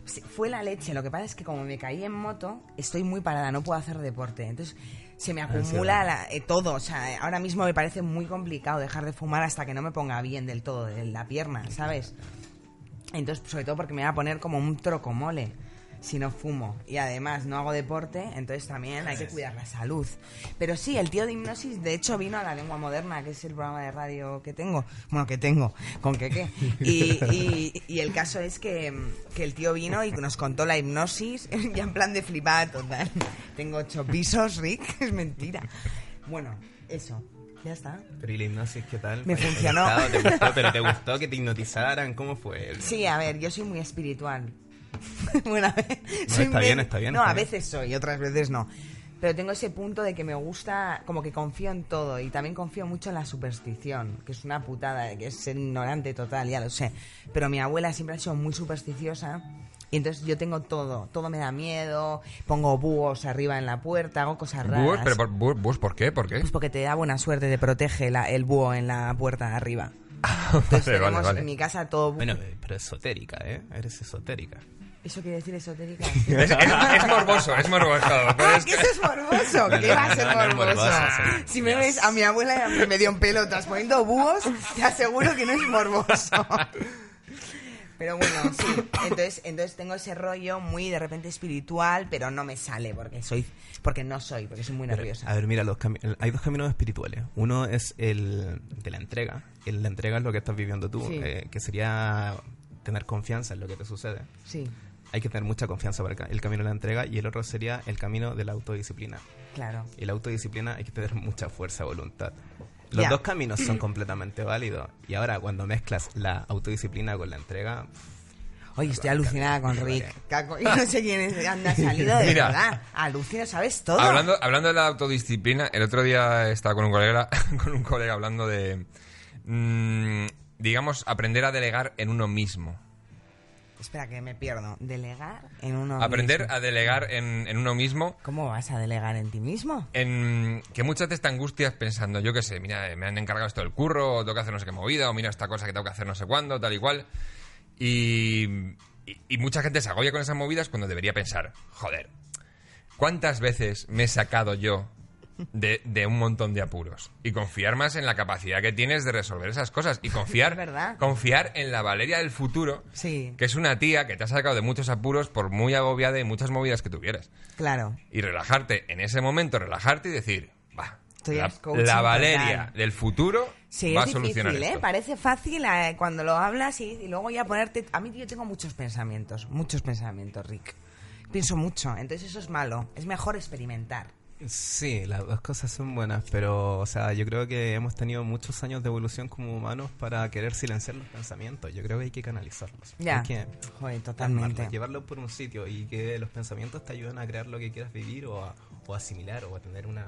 Sí, Fue la leche. Lo que pasa es que como me caí en moto, estoy muy parada, no puedo hacer deporte. Entonces se me acumula la- eh, todo. O sea, eh, ahora mismo me parece muy complicado dejar de fumar hasta que no me ponga bien del todo de la pierna, ¿sabes? Entonces, pues, sobre todo porque me voy a poner como un trocomole si no fumo. Y además no hago deporte, entonces también hay que cuidar la salud. Pero sí, el tío de hipnosis, de hecho, vino a La Lengua Moderna, que es el programa de radio que tengo. Bueno, que tengo, con que qué. Y, y- y el caso es que, que el tío vino y nos contó la hipnosis, ya en plan de flipada total. Tengo ocho pisos, Rick, es mentira. Bueno, eso, ya está. Pero y la hipnosis, ¿qué tal? Me ¿Te ha funcionó. gustado? ¿Te gustó? ¿Pero te gustó que te hipnotizaran? ¿Cómo fue? Sí, a ver, yo soy muy espiritual. bueno, a ver, No, soy está me- bien, está bien, No, está a bien. veces soy, otras veces no. Pero tengo ese punto de que me gusta, como que confío en todo y también confío mucho en la superstición, que es una putada, que es ser ignorante total, ya lo sé. Pero mi abuela siempre ha sido muy supersticiosa y entonces yo tengo todo, todo me da miedo, pongo búhos arriba en la puerta, hago cosas raras. Bus, pero por, bus, bus, ¿por qué? ¿Por qué? Pues porque te da buena suerte, te protege la- el búho en la puerta de arriba. Vale, Entonces vale, tenemos vale. en mi casa todo búho. Bueno, pero esotérica, ¿eh? Eres esotérica. ¿Eso quiere decir esotérica? Es, es- es morboso, es morboso. Pero Ah, es que que- eso es morboso. No, ¿Qué no, va a no, ser no, no es morboso? morboso, sí. Si me ves a mi abuela y a mí medio en pelotas poniendo búhos, te aseguro que no es morboso. Pero bueno, sí. Entonces, entonces tengo ese rollo muy de repente espiritual, pero no me sale porque soy, porque no soy, porque soy muy nerviosa. A ver, mira, los cami- hay dos caminos espirituales. Uno es el de la entrega. El- la entrega es lo que estás viviendo tú, Sí. eh, que sería tener confianza en lo que te sucede. Sí, Hay que tener mucha confianza para el, ca- el camino de la entrega y el otro sería el camino de la autodisciplina. claro. Y la autodisciplina hay que tener mucha fuerza, voluntad. Los Ya. dos caminos son completamente válidos. Y ahora cuando mezclas la autodisciplina con la entrega, Oye, estoy alucinada con Vale. Rick. Caco, Yo no sé quién es, anda salido de Mira. verdad. Alucino, ¿sabes todo? Hablando, hablando de la autodisciplina, el otro día estaba con un colega, con un colega hablando de, mm, digamos, aprender a delegar en uno mismo. Espera, que me pierdo. Delegar en uno Aprender mismo. a delegar en, en uno mismo. ¿Cómo vas a delegar en ti mismo? En que muchas veces te angustias pensando, yo qué sé, mira, eh, me han encargado esto del curro, o tengo que hacer no sé qué movida, o mira esta cosa que tengo que hacer no sé cuándo, tal y cual. Y, y- y mucha gente se agobia con esas movidas cuando debería pensar, joder, ¿cuántas veces me he sacado yo de, de un montón de apuros? Y confiar más en la capacidad que tienes de resolver esas cosas. Y confiar, Es verdad. confiar en la Valeria del futuro, Sí. que es una tía que te ha sacado de muchos apuros por muy agobiada y muchas movidas que tuvieras Claro. y relajarte en en ese momento, relajarte y decir, va, Esto ya la, es coaching la Valeria total. del futuro Sí, va a es solucionar difícil, ¿eh? esto. Parece fácil eh, cuando lo hablas y, y luego ya ponerte... A mí yo tengo muchos pensamientos, muchos pensamientos, Rick. Pienso mucho, entonces eso es malo. Es mejor experimentar. Sí, las dos cosas son buenas, pero o sea, yo creo que hemos tenido muchos años de evolución como humanos para querer silenciar los pensamientos. Yo creo que hay que canalizarlos. Ya. Hay que Joder, totalmente. calmarlos, llevarlos por un sitio y que los pensamientos te ayuden a crear lo que quieras vivir o, a- o asimilar o a tener una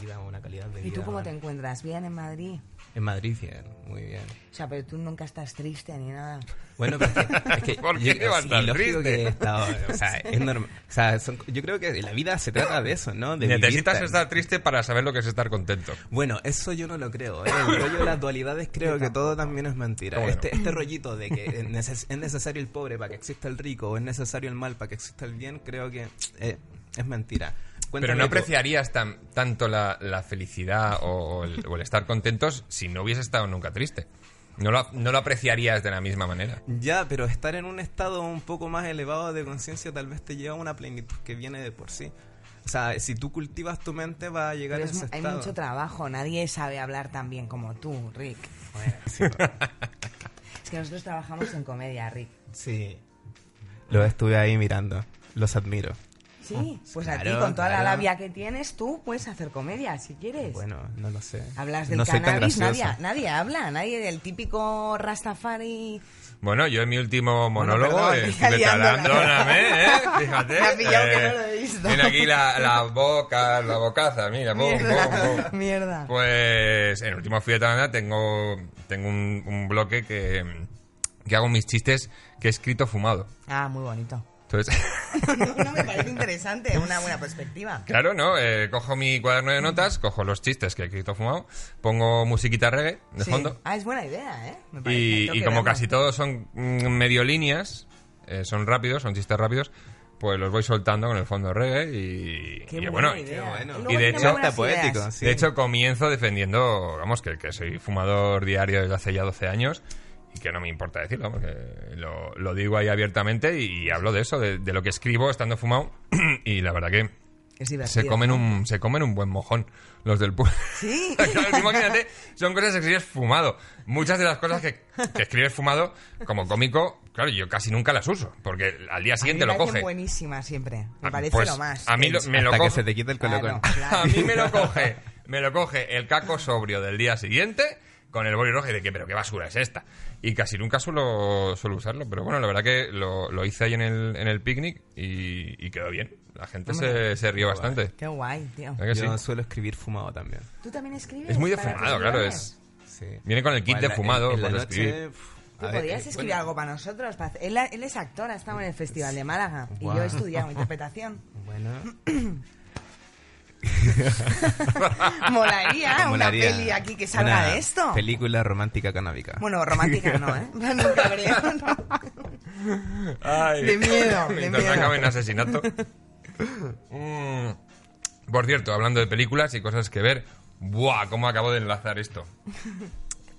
vida o una calidad de vida. ¿Y tú cómo te buena. encuentras? ¿Bien en Madrid? En Madrid, bien, muy bien. O sea, pero tú nunca estás triste ni nada. Bueno, pero es que, es que ¿Por qué yo- te vas sí, tan lógico triste? que he estado- o sea, es normal. O sea, son- yo creo que la vida se trata de eso, ¿no? De vivir Necesitas tan- estar triste para saber lo que es estar contento. Bueno, eso yo no lo creo. ¿eh? El rollo de las dualidades creo que todo también es mentira. Bueno. Este, este rollito de que es neces- es necesario el pobre para que exista el rico o es necesario el mal para que exista el bien, creo que eh, es mentira. Pero Cuéntame no tú. apreciarías tan, tanto la, la felicidad o, o el, o el estar contentos si no hubieses estado nunca triste. No lo, no lo apreciarías de la misma manera. Ya, pero estar en un estado un poco más elevado de conciencia tal vez te lleva a una plenitud que viene de por sí. O sea, si tú cultivas tu mente va a llegar Pero a es ese mu- hay estado. mucho trabajo, nadie sabe hablar tan bien como tú, Rick. Bueno, sí, pero- Es que nosotros trabajamos en comedia, Rick. sí. Lo estuve ahí mirando. Los admiro. Ah, Sí, pues a ti, claro, con toda claro. la labia que tienes, tú puedes hacer comedia si quieres. Bueno, no lo sé. Hablas del no soy tan cannabis, nadie, gracioso. nadie habla, nadie del típico Rastafari. Bueno, yo en mi último monólogo perdón, eh, estoy estuve liándola. tarándome, ¿eh? Fíjate. Me ha pillado que no lo he visto. Tiene aquí la, la boca, la bocaza, mira, bom, bom, bom. Mierda. mierda. Pues en Última Fui de Tana tengo, tengo un, un bloque que, que hago mis chistes que he escrito fumado. Ah, muy bonito. Entonces, no, no me parece interesante, una buena perspectiva. claro, ¿no? Eh, cojo mi cuaderno de notas, cojo los chistes que he escrito fumado, pongo musiquita reggae de Sí. fondo Ah, es buena idea, ¿eh? Me parece, y, tengo y que como verlo. casi todos son mm, medio líneas, eh, son rápidos, son chistes rápidos, pues los voy soltando con el fondo reggae y, Qué y buena bueno, idea. ¿eh? qué bueno. Y, luego Y de tiene hecho- buenas Está poético, ideas. sí. De hecho, comienzo defendiendo, vamos, que, que soy fumador diario desde hace ya 12 años y que no me importa decirlo, porque lo, lo digo ahí abiertamente y, hablo de eso, de, de lo que escribo estando fumado y la verdad que Es divertido. se comen un se comen un buen mojón los del pueblo. Sí. Imagínate, son cosas que escribes fumado. Muchas de las cosas que, que escribes fumado como cómico, claro, yo casi nunca las uso, porque al día siguiente a mí me lo parecen coge. buenísimas siempre. Me Ah, parece pues, lo más. a mí lo- me lo Hasta que cojo. se te quite el Claro, colocón. claro. A mí me lo coge, me lo coge el caco sobrio del día siguiente con el boli rojo y de que, pero qué basura es esta. Y casi nunca suelo, suelo usarlo, pero bueno, la verdad que lo, lo hice ahí en el, en el picnic y, y quedó bien. La gente se, se rió bastante. Qué guay, tío. ¿Verdad que Yo sí? suelo escribir fumado también. ¿Tú también escribes? Eh, Es muy de para fumado, tus claro. guiones? Es, Sí. viene con el kit O en de la- fumado. en- en la por noche, escribir. pf, Tú a ver, podías eh, escribir bueno, algo para nosotros. para hacer- Él, él es actor, ha estado en el Festival de Málaga. Y yo he Guau. estudiado interpretación. Bueno, Molaría Ah, una molaría peli aquí que salga una de esto. Película romántica canábica. Bueno, romántica no, ¿eh? Nunca habría, no. Ay. De miedo, de Mientras miedo. acabe en asesinato. Mm. Por cierto, hablando de películas y cosas que ver. ¡Buah! ¿Cómo acabo de enlazar esto?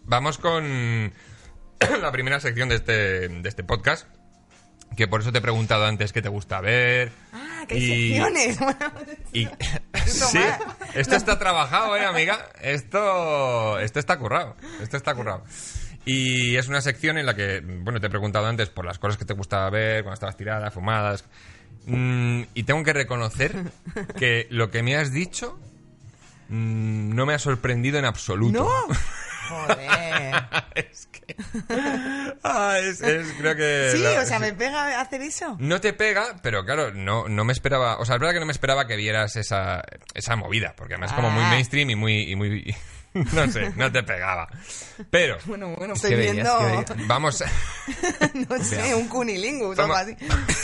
Vamos con. la primera sección de este, de este podcast. Que por eso te he preguntado antes qué te gusta ver. Ah, que y- hay secciones. y- Eso sí, más. esto está trabajado, ¿eh, amiga? Esto, esto está currado. Esto está currado. Y es una sección en la que, bueno, te he preguntado antes por las cosas que te gustaba ver, cuando estabas tirada, fumadas. Mm, y tengo que reconocer que lo que me has dicho mm, no me ha sorprendido en absoluto. no. Joder. es que. Ah, es- es- creo que. Sí, la- o sea, sí. me pega hacer eso. Mm. No te pega, pero claro, no, no me esperaba. O sea, es verdad que no me esperaba que vieras esa, esa movida, porque además es como muy Ah. mainstream y muy. y muy- no sé, no te pegaba. Pero. Bueno, bueno, ¿Qué estoy veías? viendo, ¿Qué veías? Vamos. no sé, un cunilingus o algo Toma. así.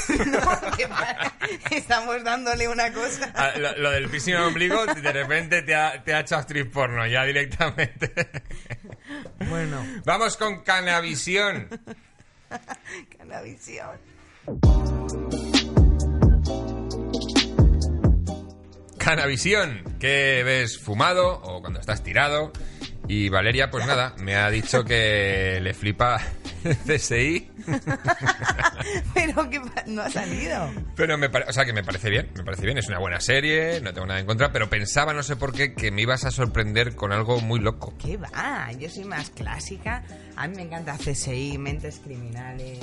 No, que para- Estamos dándole una cosa. a- Lo, lo del piscina de ombligo, de repente te ha, te ha hecho actriz porno ya directamente. Bueno. Vamos con Canavisión. Canavisión. Canavisión, que ves fumado o cuando estás tirado. Y Valeria, pues nada, me ha dicho que le flipa el CSI. Pero que pa- no ha salido. Pero me pare- o sea que me parece bien, me parece bien, es una buena serie, no tengo nada en contra, pero pensaba, no sé por qué, que me ibas a sorprender con algo muy loco. ¿Qué va? Yo soy más clásica. A mí me encanta CSI, Mentes Criminales.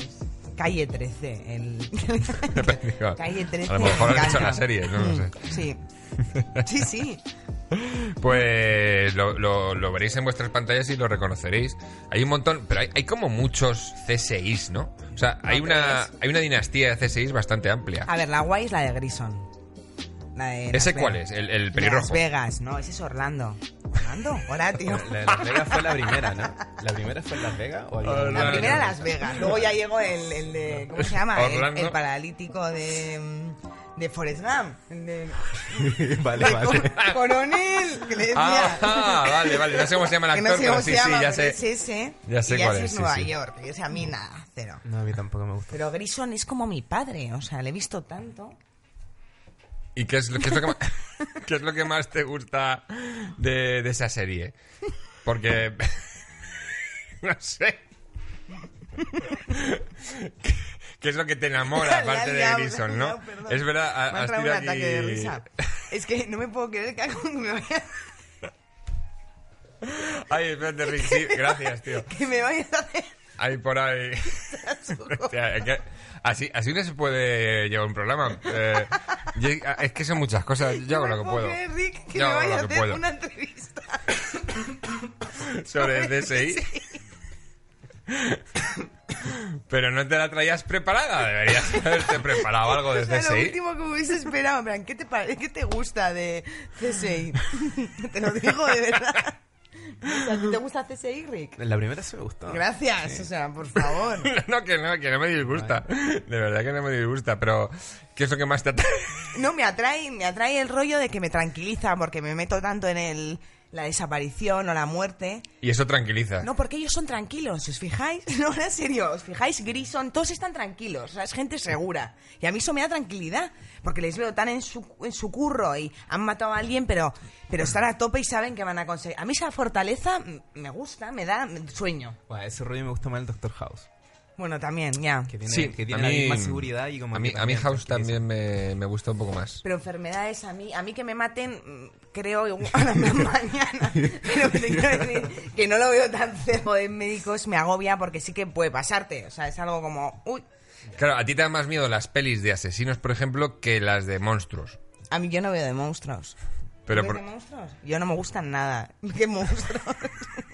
Calle 13. El... Digo, Calle 13. A lo mejor me has hecho encanta. la serie, no lo sé. Mm, Sí. Sí, sí. Pues lo, lo- lo veréis en vuestras pantallas y lo reconoceréis. Hay un montón, pero hay, hay como muchos CSIs, ¿no? O sea, hay, No una, creas. hay una dinastía de CSIs bastante amplia. A ver, la guay es la de Grison. La de Las ¿Ese Vegas. cuál es? El, el Las pelirrojo. Vegas, no, ese es Orlando. ¿Orlando? Hola, tío. La de Las Vegas fue la primera, ¿no? ¿La primera fue en Las Vegas o había Hola. una- La primera Las Vegas. Luego ya llegó el, el de. ¿Cómo se llama? El- Orlando. El, paralítico de. mm, De Forrest Gump. El de. Vale, vale. Cor- coronel. Que le decía. Ah, vale, vale. No sé cómo se llama el Que actor, no sé pero cómo sí, se sí, llama, ya pero sé. es ese. ya sé y ya cuál ese es, es sí, Nueva sí. York. Y, o sea, a mí nada, cero. No, a mí tampoco me gusta. Pero Grison es como mi padre, o sea, le he visto tanto. ¿Y qué es lo, qué es lo que, más, qué es lo que más te gusta de, de esa serie? Porque... no sé. ¿Qué- ¿Qué es lo que te enamora La aparte he de liado, Grison, la he no? liado, perdón. Es verdad, ha- Me ha Ah, has entrado un tirado aquí... ataque de risa. Es que no me puedo creer que algo me vaya- Ay, espérate, Rick, sí, gracias, tío. que me vayas a hacer. Ahí por ahí... Hostia, es que así, así no se puede llevar un programa. Eh, yo- es que son muchas cosas. Yo hago No lo me que puedo puedo. creer, Rick, que Yo me hago vaya a lo que hacer puedo. una entrevista. sobre DSI. Pero no te la traías preparada, deberías haberte preparado algo de O sea, lo DSI. último que me hubiese esperado, en plan, ¿qué te, pare- qué te gusta de CSI? te lo digo de verdad. O sea, ¿Te gusta CSI, Rick? La primera sí me gustó. Gracias, o sea, por favor. No, que no, que no me disgusta. De verdad que no me disgusta, pero ¿qué es lo que más te atrae? No, me atrae, me atrae el rollo de que me tranquiliza porque me meto tanto en el, la desaparición o la muerte. Y eso tranquiliza. No, porque ellos son tranquilos, si os fijáis. No, en serio, os fijáis, Grison, todos están tranquilos, o sea, es gente segura. Y a mí eso me da tranquilidad, porque les veo tan en su, en su curro y han matado a alguien, pero, pero están a tope y saben que van a conseguir. A mí esa fortaleza mm, me gusta, me da mm, sueño. Buah, ese rollo me gusta más el Doctor House. Bueno, también, ya. Que tiene, Sí, que tiene a la mí- misma seguridad y como a mí, que a mí también House tranquiliza. también me, me gusta un poco más. Pero enfermedades a mí, a mí que me maten, mm, creo igual a la mañana. Pero que te quiero decir que no lo veo tan cerco de médicos, me agobia porque sí que puede pasarte. O sea, es algo como, uy, Claro, a ti te dan más miedo las pelis de asesinos, por ejemplo, que las de monstruos. a mí yo no veo de monstruos. Pero ¿Ves por- de monstruos? Yo no me gustan nada. ¿Qué monstruos?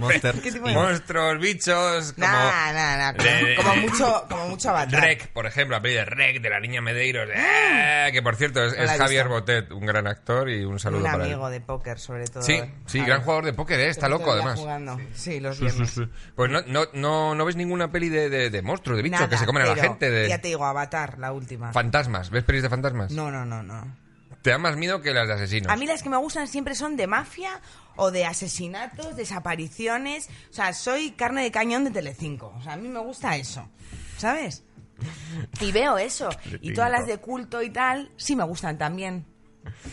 Monster. ¿Qué tipo de- monstruos, bichos, como... Nah, nah, nah, Como, De- como mucho, como mucho avatar. Rec, por ejemplo, la peli de Rec, de la niña Medeiros, ¡eh! que por cierto es, Mm. No la es he Javier visto. Botet, un gran actor y un saludo Un para él. amigo de póker, sobre todo. Sí, sí, Vale. gran jugador de póker, ¿eh? está Sobre loco todo ya además. jugando. Sí, los Sí, sí, viernes. sí. Pues no, no, no, no ves ninguna peli de, de, de monstruos, de bichos Nada, que se comen a la pero gente, de Ya te digo, Avatar, la última. fantasmas. ¿Ves pelis de fantasmas? No, no, no, no. Te da más miedo que las de asesinos. A mí las que me gustan siempre son de mafia o de asesinatos, desapariciones. O sea, soy carne de cañón de Telecinco. O sea, a mí me gusta eso, ¿sabes? Y veo eso. Y todas las de culto y tal, sí me gustan también.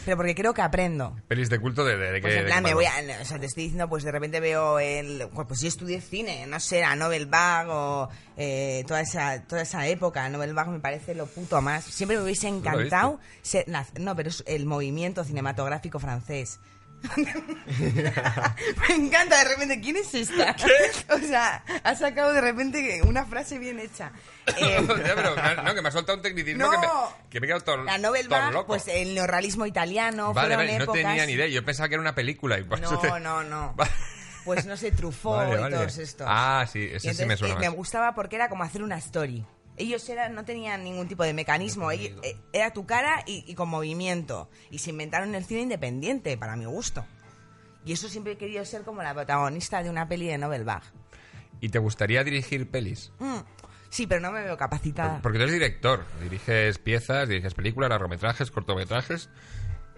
Pero porque creo que aprendo. Pelis de culto de, de, de Pues qué- en de plan, qué me voy palo. a, no, o sea, te estoy diciendo, pues de repente veo el, pues yo estudié cine, no sé, la Nobel Bag o eh, toda esa toda esa época, Nobel Bag me parece lo puto más. Siempre me hubiese lo encantado ser- na- no, pero es el movimiento cinematográfico francés. me encanta de repente, ¿quién es esta? O sea, ha sacado de repente una frase bien hecha. Eh, Ya, pero me ha- no, que me ha soltado un tecnicismo No. que, me, que me he quedado todo, la Nobel todo Bag, loco. pues el neorrealismo italiano, vale, fueron vale, no épocas- tenía ni idea. Yo pensaba que era una película. Y por eso te- No, no, no. Vale. Pues no sé, Truffaut Vale, y vale. todos estos. Ah, sí, ese Y sí me entonces, suena eh, más. gustaba porque era como hacer una story. Ellos eran, no tenían ningún tipo de mecanismo. Ellos- eh, era tu cara y, y con movimiento. Y se inventaron el cine independiente, para mi gusto. Y eso siempre he querido ser como la protagonista de una peli de Nobel Bach. ¿Y te gustaría dirigir pelis? Mm, Sí, pero no me veo capacitada. Porque tú eres director, diriges piezas, diriges películas, largometrajes, cortometrajes.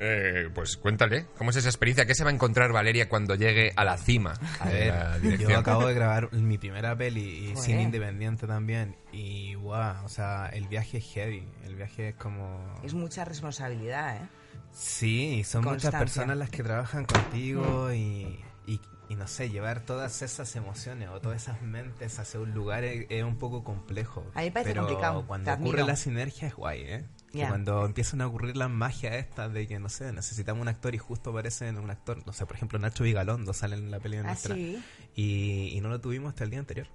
Eh, pues cuéntale, ¿cómo es esa experiencia? ¿Qué se va a encontrar Valeria cuando llegue a la cima A de la ver, dirección? yo acabo de grabar mi primera peli y Joder. cine independiente también. Y wow, o sea, el viaje es heavy. El viaje es como. Es mucha responsabilidad, ¿eh? Sí, son Constancia. Mm. muchas personas las que trabajan contigo y, y- y no sé, llevar todas esas emociones o todas esas mentes hacia un lugar es, es un poco complejo. A mí me parece pero complicado, te Cuando admiro. ocurre la sinergia es guay, ¿eh? Que Ya. Cuando empiezan a ocurrir las magias estas de que, no sé, necesitamos un actor y justo aparecen un actor, no sé, por ejemplo, Nacho Vigalondo sale en la peli de Ah, nuestra. sí. Y, y no lo tuvimos hasta el día anterior.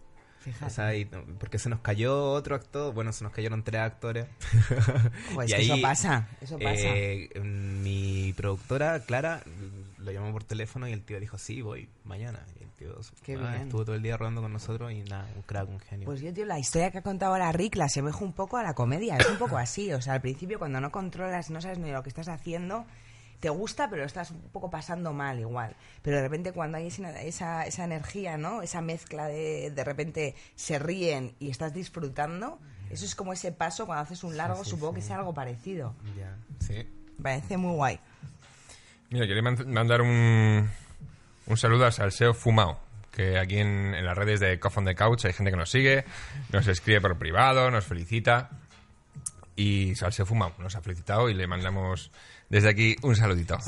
Fíjate. O sea, y- porque se nos cayó otro actor, bueno, se nos cayeron tres actores. Joder, Y Oh, es Pues que eso ahí, pasa, eso pasa. eh, mi productora, Clara, lo llamó por teléfono y el tío dijo, sí, voy mañana. Y el tío Qué ah, bien. estuvo todo el día rodando con nosotros y nada, un crack, un genio. Pues yo, tío, la historia que ha contado ahora Rick la asemejo un poco a la comedia. Es un poco así. O sea, al principio, cuando no controlas, no sabes ni lo que estás haciendo, te gusta, pero estás un poco pasando mal igual. Pero de repente, cuando hay esa, esa, esa energía, ¿no? Esa mezcla de de repente se ríen y estás disfrutando, eso es como ese paso cuando haces un largo, sí, supongo sí. que sea algo parecido. Ya, sí. Me Parece muy guay. Mira, quería man- mandar un, un saludo a Salseo Fumao, que aquí en, en las redes de Cough on the Couch hay gente que nos sigue, nos escribe por privado, nos felicita. Y Salseo Fumao nos ha felicitado y le mandamos desde aquí un saludito. Hola.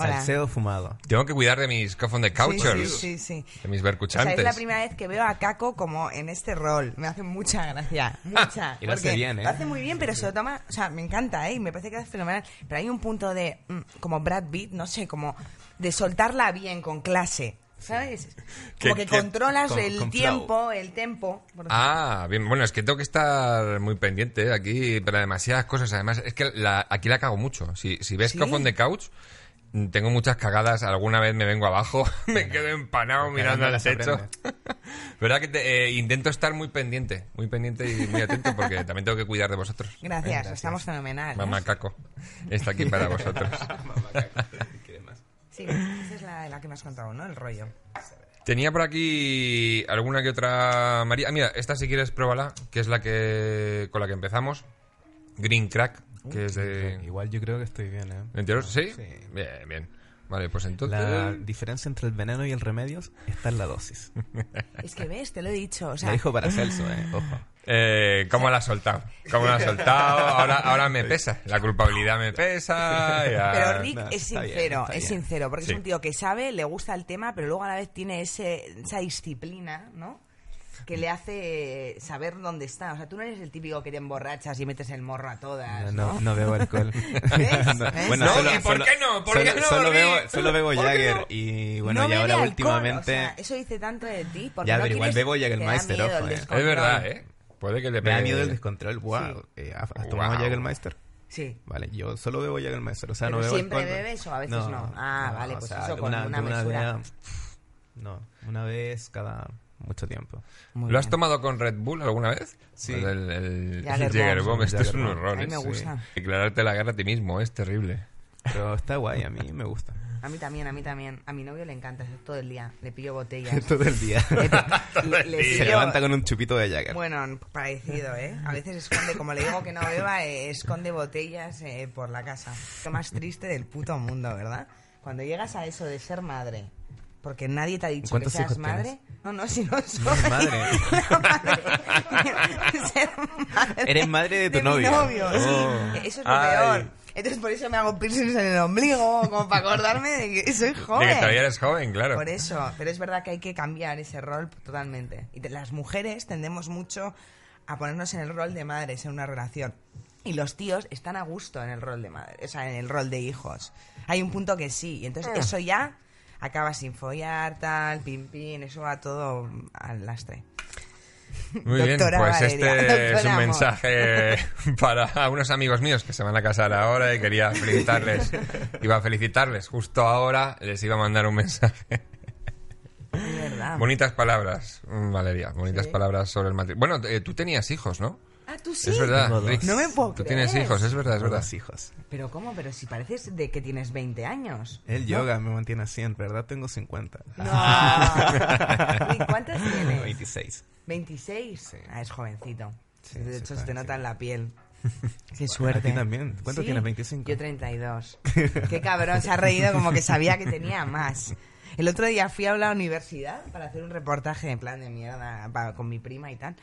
Salseo fumado. Tengo que cuidar de mis Cough on the Couchers, Sí, sí, sí. sí. de mis O sea, vercuchantes. es la primera vez que veo a Caco como en este rol. Me hace mucha gracia. Mucha. Ah, Y lo hace Porque bien, ¿eh? Lo hace muy bien, pero se lo toma. O sea, me encanta, ¿eh? Y Me parece que es fenomenal. Pero hay un punto de. mm, como Brad Pitt, no sé, como. de soltarla bien, con clase. ¿Sabes? Como Que- que, que- controlas con- el con flow. tiempo, el tempo. por Ah, bien, bueno, es que tengo que estar muy pendiente eh, aquí para demasiadas cosas. Además, es que la- aquí la cago mucho. Si, si ves Sí. Cough on the Couch, mm, tengo muchas cagadas. Alguna vez me vengo abajo, me quedo empanado mirando al las techo. aprendes. ¿Verdad que te- eh, intento estar muy pendiente, muy pendiente y muy atento porque también tengo que cuidar de vosotros. Gracias, estamos fenomenal. ¿eh? Mamá Caco está aquí para vosotros. Sí, esa es la, la que me has contado, ¿no? El rollo. Tenía por aquí alguna que otra María. Ah, mira, esta si quieres pruébala, que es la que con la que empezamos. Green Crack, que es de Igual yo creo que estoy bien, ¿eh? ¿En interior? ¿Sí? Sí. Bien, bien. Vale, pues entonces. La diferencia entre el veneno y el remedio está en la dosis. Es que ves, te lo he dicho. O Lo sea, dijo para Celso, ¿eh? Ojo. Eh, ¿Cómo la has soltado? ¿Cómo la has soltado? Ahora, ahora me pesa. La culpabilidad me pesa. ya. Pero Rick Ah, no, es está bien, sincero, está es bien. sincero, porque Sí. es un tío que sabe, le gusta el tema, pero luego a la vez tiene ese, esa disciplina, ¿no? Que le hace saber dónde está. O sea, tú no eres el típico que te emborrachas y metes el morro a todas. No, Ah, No, no, no bebo alcohol. ¿Ves? ¿Ves? No, ¿y por qué no? ¿Por solo, qué no, solo Rick? bebo, solo bebo ¿Por qué Jagger no? y bueno, No y bebe ahora alcohol, últimamente... o sea, eso dice tanto de ti. Porque Ya, no pero igual quieres- bebo Jägermeister, te da miedo el ojo, eh. Es descontrol. verdad, ¿eh? Puede que le Me pegue. da miedo el descontrol. Wow. Eh, ¿Has has tomado Wow. Jägermeister? Sí. Vale, yo solo bebo Jägermeister. O sea, ¿Pero no bebo siempre alcohol, ¿no? bebes o a veces no? Ah, vale, o pues sea, eso con una mesura. vez- no, una vez cada mucho tiempo. Muy ¿Lo has bien. tomado con Red Bull alguna vez? Sí. El, el, Jagger Jagger Bomb. Bomb. Esto es un Jagger Bomb. horror. A mí ¿eh? me Sí. gusta. Declararte la guerra a ti mismo es terrible. Pero está guay, a mí me gusta. A mí también, a mí también. A mi novio le encanta eso todo el día. Le pillo botellas. Todo el día. Le- le Se pillo- levanta con un chupito de Jagger. Bueno, parecido, ¿eh? A veces esconde, como le digo que no beba, eh, esconde botellas eh, por la casa. Lo más triste del puto mundo, ¿verdad? Cuando llegas a eso de ser madre, porque nadie te ha dicho que ¿Cuántos hijos seas madre. No, no, si no soy. madre. la madre. de ser madre Eres madre de tu mi novio. novio, sí. Oh. Eso es lo Ay. peor. Entonces por eso me hago piercings en el ombligo, como para acordarme de que De soy joven. que todavía eres joven, claro. Por eso, pero es verdad que hay que cambiar ese rol totalmente. Y te- las mujeres tendemos mucho a ponernos en el rol de madres en una relación. Y los tíos están a gusto en el rol de madre, o sea, en el rol de hijos. Hay un punto que sí, y Mm. entonces eso ya acaba sin follar, tal, pim, pim, eso va todo al lastre. Muy bien, pues Doctora Valeria, este es doctora un amor. mensaje para unos amigos míos que se van a casar ahora y quería felicitarles. Iba a felicitarles justo ahora, les iba a mandar un mensaje. Es verdad. Bonitas palabras, mm, Valeria, bonitas palabras sobre el matrimonio. Bueno, eh, tú tenías hijos, ¿no? Ah, tú sí. Es verdad. Tengo dos. Rick, No me puedo Tú tienes creer. hijos, es verdad, es Tengo verdad. dos hijos. Pero ¿cómo? Pero si pareces de que tienes 20 años. El yoga me mantiene así, en verdad tengo 50. No. ¿Y cuántas tienes? 26. 26. Ah, es jovencito. Sí, de sí, hecho, se te jovencito. nota en la piel. Qué a suerte. ti también. ¿Cuánto tienes, 25? Yo 32. Qué cabrón, se ha reído como que sabía que tenía más. El otro día fui a la universidad para hacer un reportaje en plan de mierda pa- con mi prima y tal.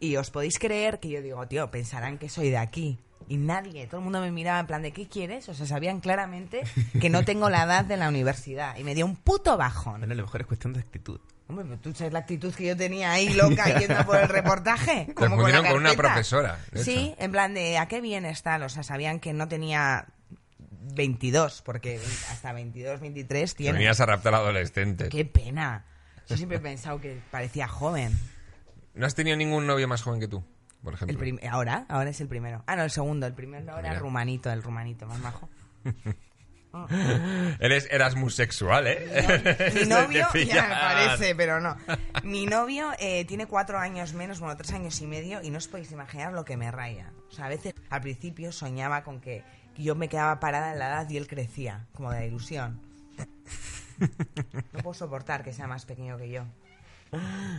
Y os podéis creer que yo digo, tío, pensarán que soy de aquí. Y nadie, todo el mundo me miraba en plan de, ¿qué quieres? O sea, sabían claramente que no tengo la edad de la universidad. Y me dio un puto bajón. Bueno, a lo mejor es cuestión de actitud. Hombre, pero tú sabes la actitud que yo tenía ahí loca yendo por el reportaje. Como con, la confundieron con una carpeta. profesora, de Sí, en plan de ¿a qué vienes tal? O sea, sabían que no tenía 22, porque hasta 22, 23 Que tiene. Venías a raptar adolescentes. Qué pena. Yo siempre he pensado que parecía joven. ¿No has tenido ningún novio más joven que tú, por El ejemplo? prim- ahora, ahora es el primero. Ah, no, el segundo. El primero ahora Mira. el rumanito, el rumanito, más majo. Eres, eras muy sexual, ¿eh? Mi novio, Te ya pillan. parece, pero no. Mi novio eh, tiene cuatro años menos, bueno, tres años y medio, y no os podéis imaginar lo que me raya. O sea, a veces al principio soñaba con que yo me quedaba parada en la edad y él crecía, como de la ilusión. No puedo soportar que sea más pequeño que yo.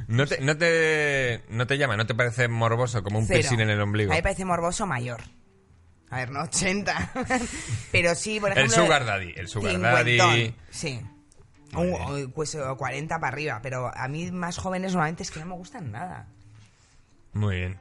¿No te, no, te, no te llama, no te parece morboso como un Cero. piercing en el ombligo. A mí me parece morboso mayor. A ver, no 80. Pero sí, por El ejemplo. sugar daddy, el sugar daddy. cincuentón, Sí. O, o- pues, o 40 para arriba. Pero a mí más jóvenes normalmente es que no me gustan nada. Muy bien.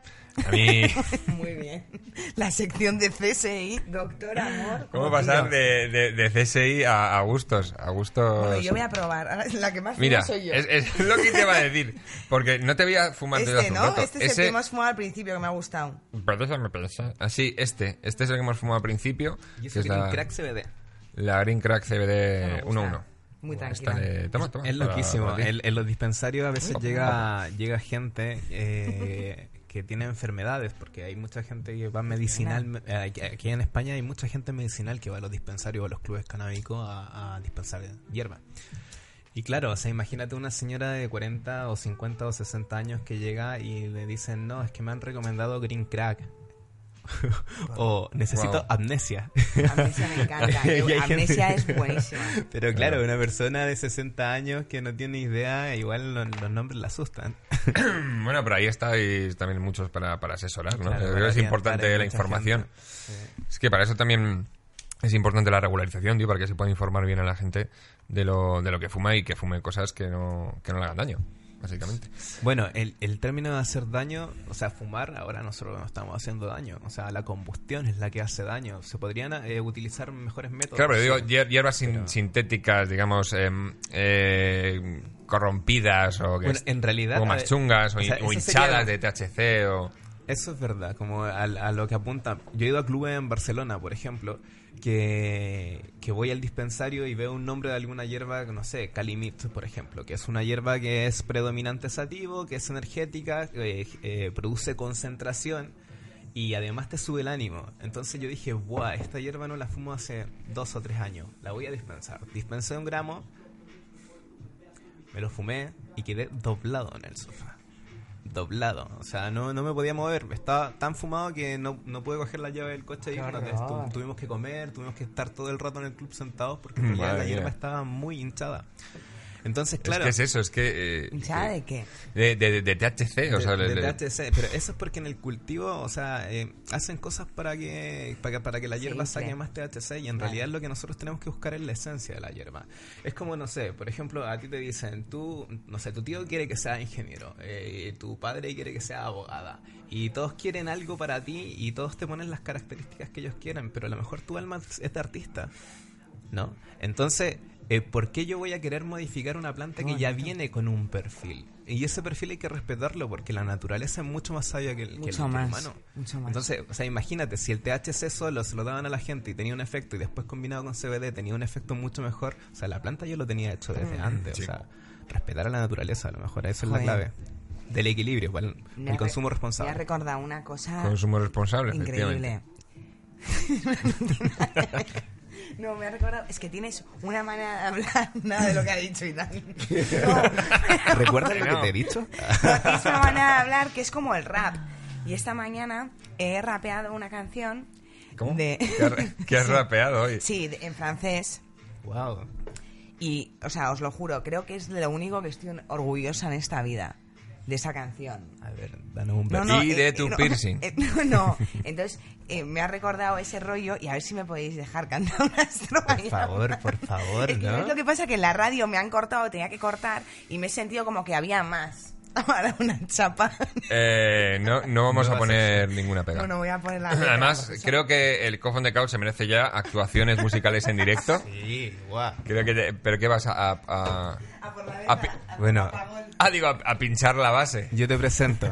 A mí... Muy bien. La sección de CSI, doctor amor. ¿Cómo como pasar tiro. de, de, de CSI a, a gustos? A gustos... Bueno, yo voy a probar. Ahora, La que más Mira, fumo soy yo. es, es lo que te iba a decir. Porque no te voy a fumar desde este, hace un ¿no? rato. Este es Ese- el que hemos fumado al principio, que me ha gustado. Pero déjame pensar. Así, este. Este es el que hemos fumado al principio. Y eso que es que tiene la, un crack CBD. la Green Crack me CBD gusta. 11. Muy Esta tranquila. de- eh, toma, toma, Es para- loquísimo. para ti. El- en los dispensarios a veces llega, llega gente eh, que tiene enfermedades, porque hay mucha gente que va medicinal. eh, aquí- Aquí en España hay mucha gente medicinal que va a los dispensarios o a los clubes canábicos a, a dispensar hierba. Y claro, o sea, imagínate una señora de 40 o 50 o 60 años que llega y le dicen, no, es que me han recomendado Green Crack. o necesito Wow. amnesia. Amnesia me encanta. Yo- Y hay gente- Amnesia es buenísima. Pero claro, una persona de 60 años que no tiene idea, igual lo- los nombres la asustan. Bueno, pero ahí estáis también muchos para, para asesorar, ¿no? Yo Claro, para creo que es orientar importante en la mucha información. gente. Sí. Es que para eso también es importante la regularización, tío, para que se pueda informar bien a la gente de lo, de lo que fuma y que fume cosas que no, que no le hagan daño, básicamente. Bueno, el, el término de hacer daño, o sea, fumar, ahora nosotros no estamos haciendo daño. O sea, la combustión es la que hace daño. Se podrían eh, utilizar mejores métodos. Claro, pero digo, Sí. hier- hierbas sin- sintéticas, digamos, em, eh, corrompidas o que Bueno, es- en realidad, o a más ver, chungas o, o hin- sea, o eso sería- hinchadas de THC o... Eso es verdad, como a, a lo que apunta. Yo he ido a clubes en Barcelona, por ejemplo, que, que voy al dispensario y veo un nombre de alguna hierba, no sé, Calimit, por ejemplo, que es una hierba que es predominante sativo, que es energética, eh, eh, produce concentración y además te sube el ánimo. Entonces yo dije, ¡buah! Esta hierba no la fumo hace dos o tres años, la voy a dispensar. Dispensé un gramo, me lo fumé y quedé doblado en el sofá doblado. O sea, no, no me podía mover. Estaba tan fumado que no, no pude coger la llave del coche y Qué bueno, horror. estu- tuvimos que comer, tuvimos que estar todo el rato en el club sentados porque en realidad Madre la hierba mía. estaba muy hinchada. Entonces, claro. Es que es eso, es que... eh, ¿Ya eh, de qué? de, de- de THC, o de- sea, le- de le- THC, pero eso es porque en el cultivo, o sea, eh, hacen cosas para que para, que- para que la hierba Siempre. saque más THC y en Vale. realidad lo que nosotros tenemos que buscar es la esencia de la hierba. Es como, no sé, por ejemplo, a ti te dicen, tú, no sé, tu tío quiere que sea ingeniero, eh, tu padre quiere que sea abogada y todos quieren algo para ti y todos te ponen las características que ellos quieren, pero a lo mejor tu alma es de artista. ¿no? Entonces, eh, ¿por qué yo voy a querer modificar una planta que ya viene con un perfil? Y ese perfil hay que respetarlo porque la naturaleza es mucho más sabia que el, que el- que Mucho el más, humano. mucho más. Entonces, o sea, imagínate, si el THC solo se lo daban a la gente y tenía un efecto y después combinado con CBD tenía un efecto mucho mejor, o sea, la planta yo lo tenía hecho desde antes, Sí. o sea, respetar a la naturaleza a lo mejor, eso es la Mm. Joder. clave del equilibrio, igual, Me ha el re- Me consumo ha responsable. recordado una cosa Consumo responsable, increíble. efectivamente. No, me ha recordado. Es que tienes una manera de hablar nada de lo que ha dicho y tal. No. ¿Recuerdas lo que No. te he dicho? es una manera de hablar que es como el rap. Y esta mañana he rapeado una canción ¿Cómo? de... Que has, ra- que has rapeado hoy. sí, de- en francés. wow. Y, o sea, os lo juro, creo que es de lo único que estoy orgullosa en esta vida, de esa canción. A ver, danos un No, beso. no, Y de tu no, piercing. eh, no, no. entonces eh, me ha recordado ese rollo y a ver si me podéis dejar cantar una estrofa. Por favor, por favor, Es que, ¿no? ¿sabes lo que pasa? Que en la radio me han cortado, tenía que cortar y me he sentido como que había más para una chapa. Eh, no, no vamos a No vas a poner ninguna pega. No, no voy a poner la letra, Además, porque eso- creo que el Coffin de Couch se merece ya actuaciones musicales en directo. Sí, guau. Creo que... te- ¿Pero qué vas a...? a- a- Ah, por la a letra, pi- ah, bueno. apagó el- ah, digo, a, a pinchar la base. Yo te presento.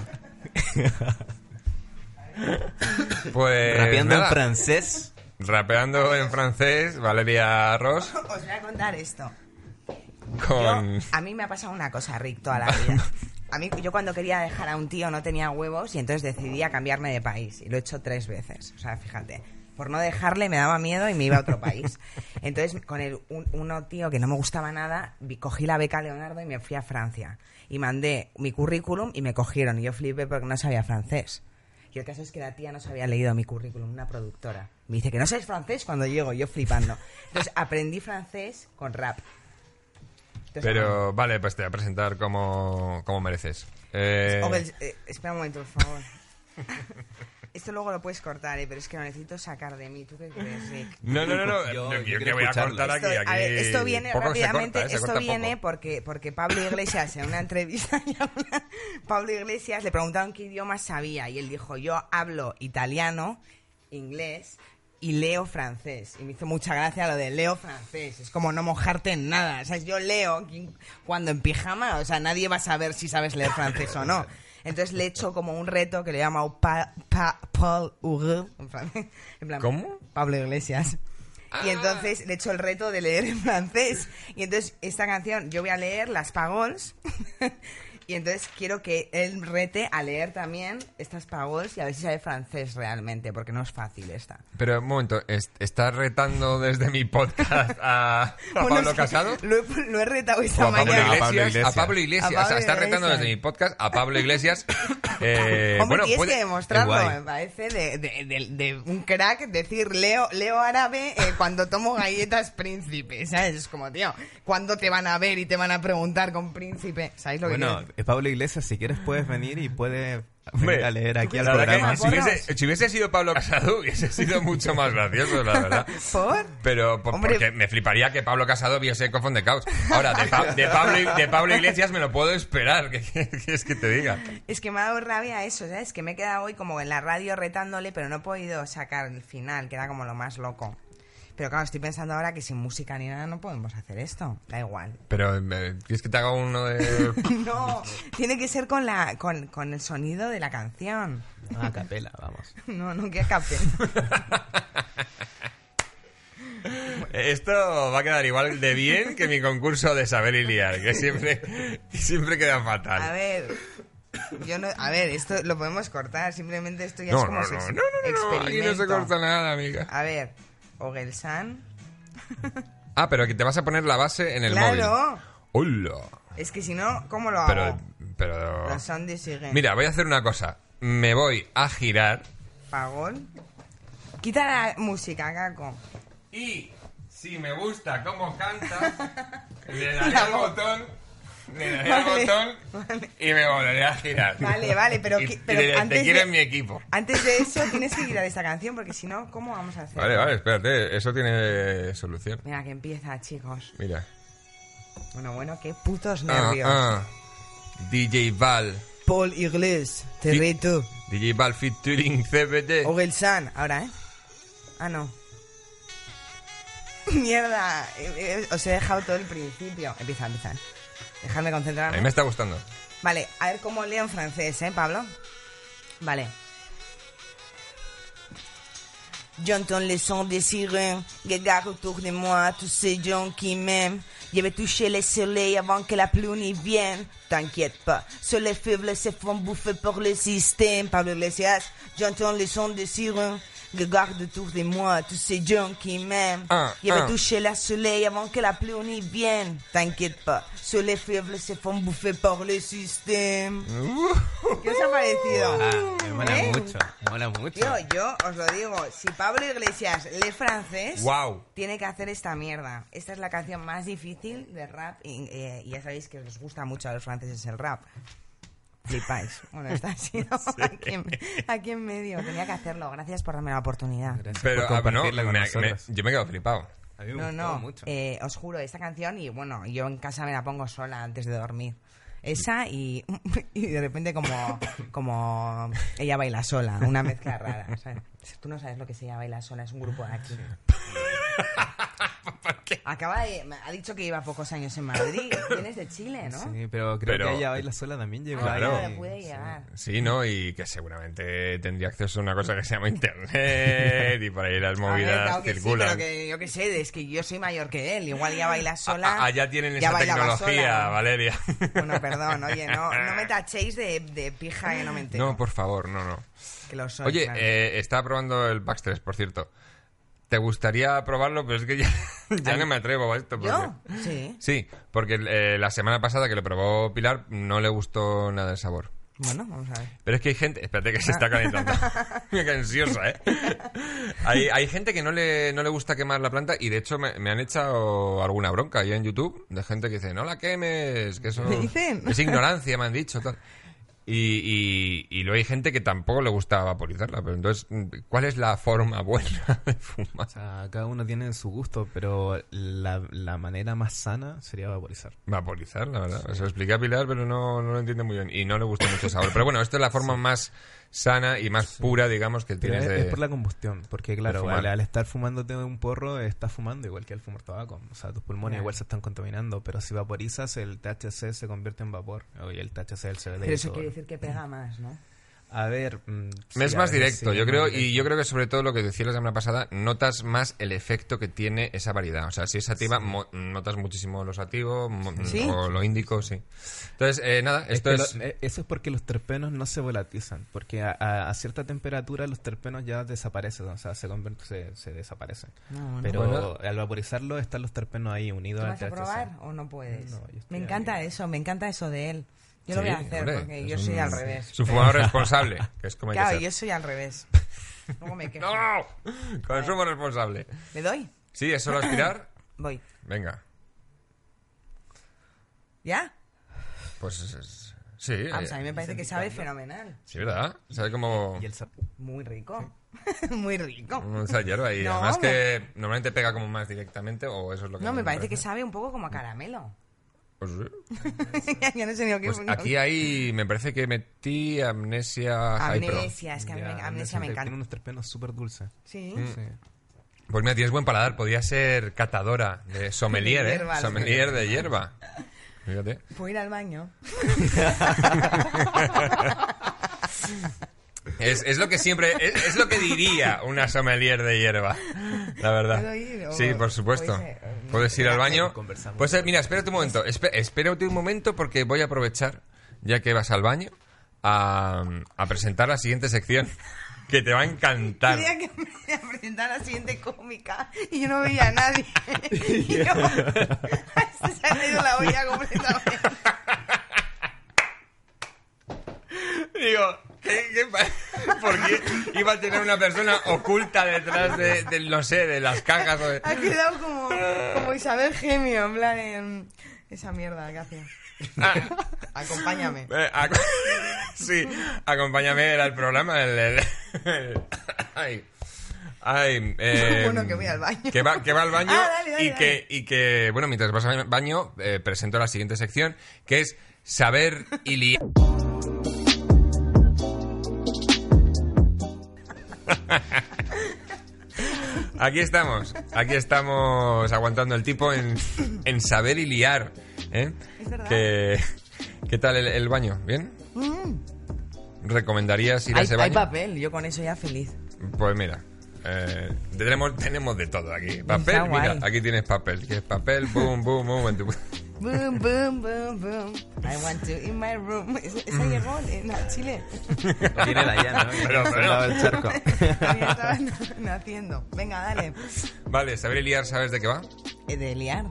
Pues... Rapeando en nada, francés. Rapeando en francés, Valeria Ross Os voy a contar esto. con... Yo- a mí me ha pasado una cosa, Rick, toda la vida. A mí, yo cuando quería dejar a un tío no tenía huevos y entonces decidí a cambiarme de país. Y lo he hecho tres veces. O sea, fíjate. Por no dejarle me daba miedo y me iba a otro país. Entonces, con el, un, uno tío que no me gustaba nada, vi- cogí la beca Leonardo y me fui a Francia. Y mandé mi currículum y me cogieron. Y yo flipé porque no sabía francés. Y el caso es que la tía no se había leído mi currículum, una productora. Me dice que no sabes francés cuando llego, yo flipando. Entonces aprendí francés con rap. Entonces, Pero vale, pues te voy a presentar como, como mereces. Eh, Ogel, eh, espera un momento, por favor. Esto luego lo puedes cortar, eh, pero es que lo necesito sacar de mí. ¿Tú qué crees, Rick? no, no, no, no. Yo- Yo, yo que quiero voy a escucharlo. cortar aquí. Esto, aquí a ver, esto viene poco se rápidamente. corta, eh, se esto corta poco. viene porque, porque Pablo Iglesias en una entrevista y habla- Pablo Iglesias le preguntaron qué idioma sabía y él dijo yo hablo italiano, inglés y leo francés. Y me hizo mucha gracia lo de leo francés. Es como no mojarte en nada. O sea, yo leo qui- cuando en pijama, o sea, nadie va a saber si sabes leer francés o no. Entonces le he hecho como un reto que le he llamado pa, pa- Paul Hugues, en francés. En plan, ¿Cómo? Pablo Iglesias. Y entonces le he hecho el reto de leer en francés. Y entonces esta canción, yo voy a leer Las Pagols. y entonces quiero que él rete a leer también estas Pagols y a ver si sabe francés realmente, porque no es fácil esta. Pero un momento, ¿est- ¿estás retando desde mi podcast a, a Bueno, Pablo es que Casado? Lo he, pu- lo he retado esta ¿O a Pablo, Iglesias, mañana. A Pablo Iglesias. A Pablo Iglesias. A Pablo o sea, estás retando Iglesias. desde mi podcast a Pablo Iglesias. Eh, Hombre, bueno, tienes puede- que demostrarlo, guay. me parece, de, de- de- de un crack decir leo, leo árabe eh, cuando tomo galletas príncipe, ¿sabes? Es como, tío, ¿cuándo te van a ver y te van a preguntar con príncipe? ¿Sabéis lo que Bueno, quiero decir? eh, Pablo Iglesias, si quieres puedes venir y puedes Hombre, venir a leer aquí al la verdad que programa. si, hubiese, si hubiese sido Pablo Casado, hubiese sido mucho más gracioso, la verdad. ¿Por? Pero por- Hombre. porque me fliparía que Pablo Casado viese Cough on the Couch. Ahora, de, Pa- de Pablo, I- de Pablo Iglesias me lo puedo esperar. ¿Qué quieres que te diga? Es que me ha dado rabia eso, ¿sabes? Que me he quedado hoy como en la radio retándole, pero no he podido sacar el final, que era como lo más loco. Pero claro, estoy pensando ahora que sin música ni nada no podemos hacer esto. Da igual. Pero, eh, ¿quieres que te haga uno de...? No, tiene que ser con, la, con, con el sonido de la canción. Ah, a capela, vamos. No, no que escape. Esto va a quedar igual de bien que mi concurso de saber y liar, que siempre, que siempre queda fatal. A ver. Yo no, a ver, esto lo podemos cortar, simplemente esto ya es no, no, como no, su no, ex- no, no, no, aquí no se experimento. corta nada, amiga. A ver, Ogelsan. Ah, pero que te vas a poner la base en el Claro. Oh. móvil. ¡Hola! Es que si no, ¿cómo lo hago? Pero, pero... Los Andes siguen. Mira, voy a hacer una cosa. Me voy a girar Pagol. Quita la música, Caco. y Si me gusta cómo canta, le daré La al bo- botón. Le daré al Vale, botón y me volveré a girar. Vale, vale, pero Y- qui- y pero te- antes te de- quiero en mi equipo. Antes de eso tienes que ir a esta canción porque si no, ¿cómo vamos a hacer? Vale, vale, espérate, eso tiene solución. Mira que empieza, chicos. Mira. Bueno, bueno, qué putos Ah, nervios. ah. DJ Val. Paul Iglesias, te Sí. reto. DJ Val featuring CBD. Ogel San, ahora, ¿eh? Ah, no. Mierda, eh, eh, os he dejado todo el principio. Empieza, empieza. Dejadme A mí concentrarme. me está gustando. Vale, a ver cómo leo en francés, ¿eh, Pablo? Vale. J'entends les sons des sirènes, regarde autour de moi tous ces gens qui m'aiment. Je vais toucher le soleil avant que la pluie n'y vienne. T'inquiète pas, seuls les faibles se font bouffer par le système. Pablo Iglesias, j'entends les sons des sirènes, regarde autour de moi tous ces gens qui m'aiment. Ah, Je vais ah. toucher le soleil avant que la pluie n'y vienne. T'inquiète pas, seuls les faibles se font bouffer par le système. ¿Qué os ha parecido? Ah, me mola ¿Eh? mucho, me mola mucho. Tío, yo os lo digo, si Pablo Iglesias lee francés, Wow. tiene que hacer esta mierda. Esta es la canción más difícil de rap y, eh, y ya sabéis que os gusta mucho a los franceses el rap. Flipáis. Bueno, está así, ¿no? aquí, en, aquí en medio. Tenía que hacerlo. Gracias por darme la oportunidad. Gracias Pero ah, por no, compartirla con me- nosotros. me- yo me quedo flipado. A mí me No, gustó no, mucho. eh, os juro, esta canción y bueno, yo en casa me la pongo sola antes de dormir. Esa y, y de repente como, como ella baila sola, una mezcla rara. ¿sabes? Tú no sabes lo que es ella baila sola, es un grupo de aquí. Acaba de, me ha dicho que lleva pocos años en Madrid, vienes de Chile, ¿no? Sí, pero creo Pero- que ella baila sola también llegó Ah, claro. ya ahí. puede Sí. llegar. Sí, ¿no? Y que seguramente tendría acceso a una cosa que se llama internet y por ahí las A ver, movidas claro que sí, circulan. pero que yo qué sé, es que yo soy mayor que él, igual ya baila sola. A- a- allá tienen ya esa bailaba tecnología, sola. Valeria. Bueno, perdón, oye, no, no me tachéis de, de pija que no me entero. pues No, por favor, no, no. que lo soy, Oye, claro. eh, estaba probando el Pax 3, por cierto. ¿Te gustaría probarlo? Pero es que ya, ya no me atrevo a esto. ¿Yo? porque- Sí. Sí, porque eh, la semana pasada que lo probó Pilar no le gustó nada el sabor. Bueno, vamos a ver. Pero es que hay gente. Espérate que se Ah. está calentando. Mira que ansiosa, ¿eh? Hay, hay gente que no le, no le gusta quemar la planta y de hecho me, me han echado alguna bronca ya en YouTube de gente que dice: No la quemes, que eso. ¿Me dicen? Es ignorancia, me han dicho. Tal. Y, y, y luego hay gente que tampoco le gusta vaporizarla. Pero entonces, ¿cuál es la forma buena de fumar? O sea, cada uno tiene su gusto, pero la, la manera más sana sería vaporizar. Vaporizar, la verdad. Se lo expliqué a Pilar, pero no, no lo entiende muy bien. Y no le gusta mucho el sabor. Pero bueno, esta es la forma más sana y más pura, digamos, que Pero tienes es, de... es por la combustión, porque claro, fumar. al, al estar fumándote un porro, estás fumando igual que al fumar tabaco. O sea, tus pulmones Claro. igual se están contaminando, pero si vaporizas, el THC se convierte en vapor. Y el THC, el CBD. Pero y eso todo. quiere decir que pega más, ¿no? A ver. mm, sí, Me es a más ver, directo, sí, yo es creo, más y directo. yo creo que sobre todo lo que decía la semana pasada, notas más el efecto que tiene esa variedad. O sea, si es sativa, mo- notas muchísimo lo sativo mo- ¿Sí? o lo índico, sí. Entonces, eh, nada, Es esto que es... lo- eh, eso es porque los terpenos no se volatizan, porque a, a- a cierta temperatura los terpenos ya desaparecen, o sea, se, convert- se, se desaparecen. No, no. Pero Bueno. al vaporizarlo están los terpenos ahí unidos ¿Tú al vas a THC. probar o no puedes? No, yo estoy me encanta ahí. eso, me encanta eso de él. Yo lo Sí, voy a hacer hombre, porque es yo un- soy al revés. Es un fumador responsable, que es como hay que Claro, ser. yo soy al revés. Luego me quejo. ¡No! Consumo responsable. ¿Le doy? Sí, es solo aspirar. Voy. Venga, ¿Ya? pues... es- es- sí, Ah, pues eh, a mí me parece que sabe fenomenal. sí, ¿verdad? Sabe como... Y el sap- Muy rico. Muy rico. Un hierba y No, además me- que normalmente pega como más directamente o eso es lo que... No, a mí me parece que sabe un poco como a caramelo. Pues sí. ya no sé ni lo que Pues aquí ahí me parece que metí Amnesia, Hypro. Amnesia, es que a mí me- Ya, amnesia me tiene encanta. unos terpenos súper dulces. Sí. Sí. Pues mira, tienes buen paladar, podía ser catadora de sommelier, De ¿eh? hierbas. Sommelier de hierba. Fíjate. Puedo ir al baño. Es, es lo que siempre, es, es lo que diría una sommelier de hierba, la ¿Puedo verdad. ir o- Sí, por supuesto. puede ser? um, Puedes ir al baño. Conversamos. Pues eh, mira, espérate un momento, espe- espérate un momento porque voy a aprovechar, ya que vas al baño, a, a presentar la siguiente sección que te va a encantar. Quería que me iba a presentar la siguiente cómica y yo no veía a nadie. Y yo- se ha ido la olla completamente. Digo, ¿Qué- qué pa- ¿Por qué iba a tener una persona oculta detrás de, de, no sé, de las cajas? O de- Ha quedado como, como Isabel Gemio, en plan, em, esa mierda que hacía. Ah, Acompáñame. eh, ac- sí, acompáñame al programa. el- el- ay, ay, eh, Bueno, que voy al baño. Que va, que va al baño Ah, dale, dale, y, dale. Que, y que, bueno, mientras vas al baño, eh, presento la siguiente sección, que es saber y liar. Aquí estamos, aquí estamos aguantando el tipo en, en saber y liar. ¿eh? Es verdad. Que- ¿Qué tal el, el baño? ¿Bien? Mm. ¿Recomendarías ir a Hay, ese hay baño? papel, yo con eso ya feliz. Pues mira, eh, tenemos, tenemos de todo aquí. Papel, Está guay. mira, aquí tienes papel. Que es papel, boom, boom, boom. en tu- Boom, boom, boom, boom. I want to in my room. ¿Esa esa llegó en a Chile? Lo tiene Dayan, ¿no? Pero, pero. Al lado del charco. Todavía estaba na- naciendo. Venga, dale. Vale, saber y liar, ¿sabes de qué va? Eh, De liar.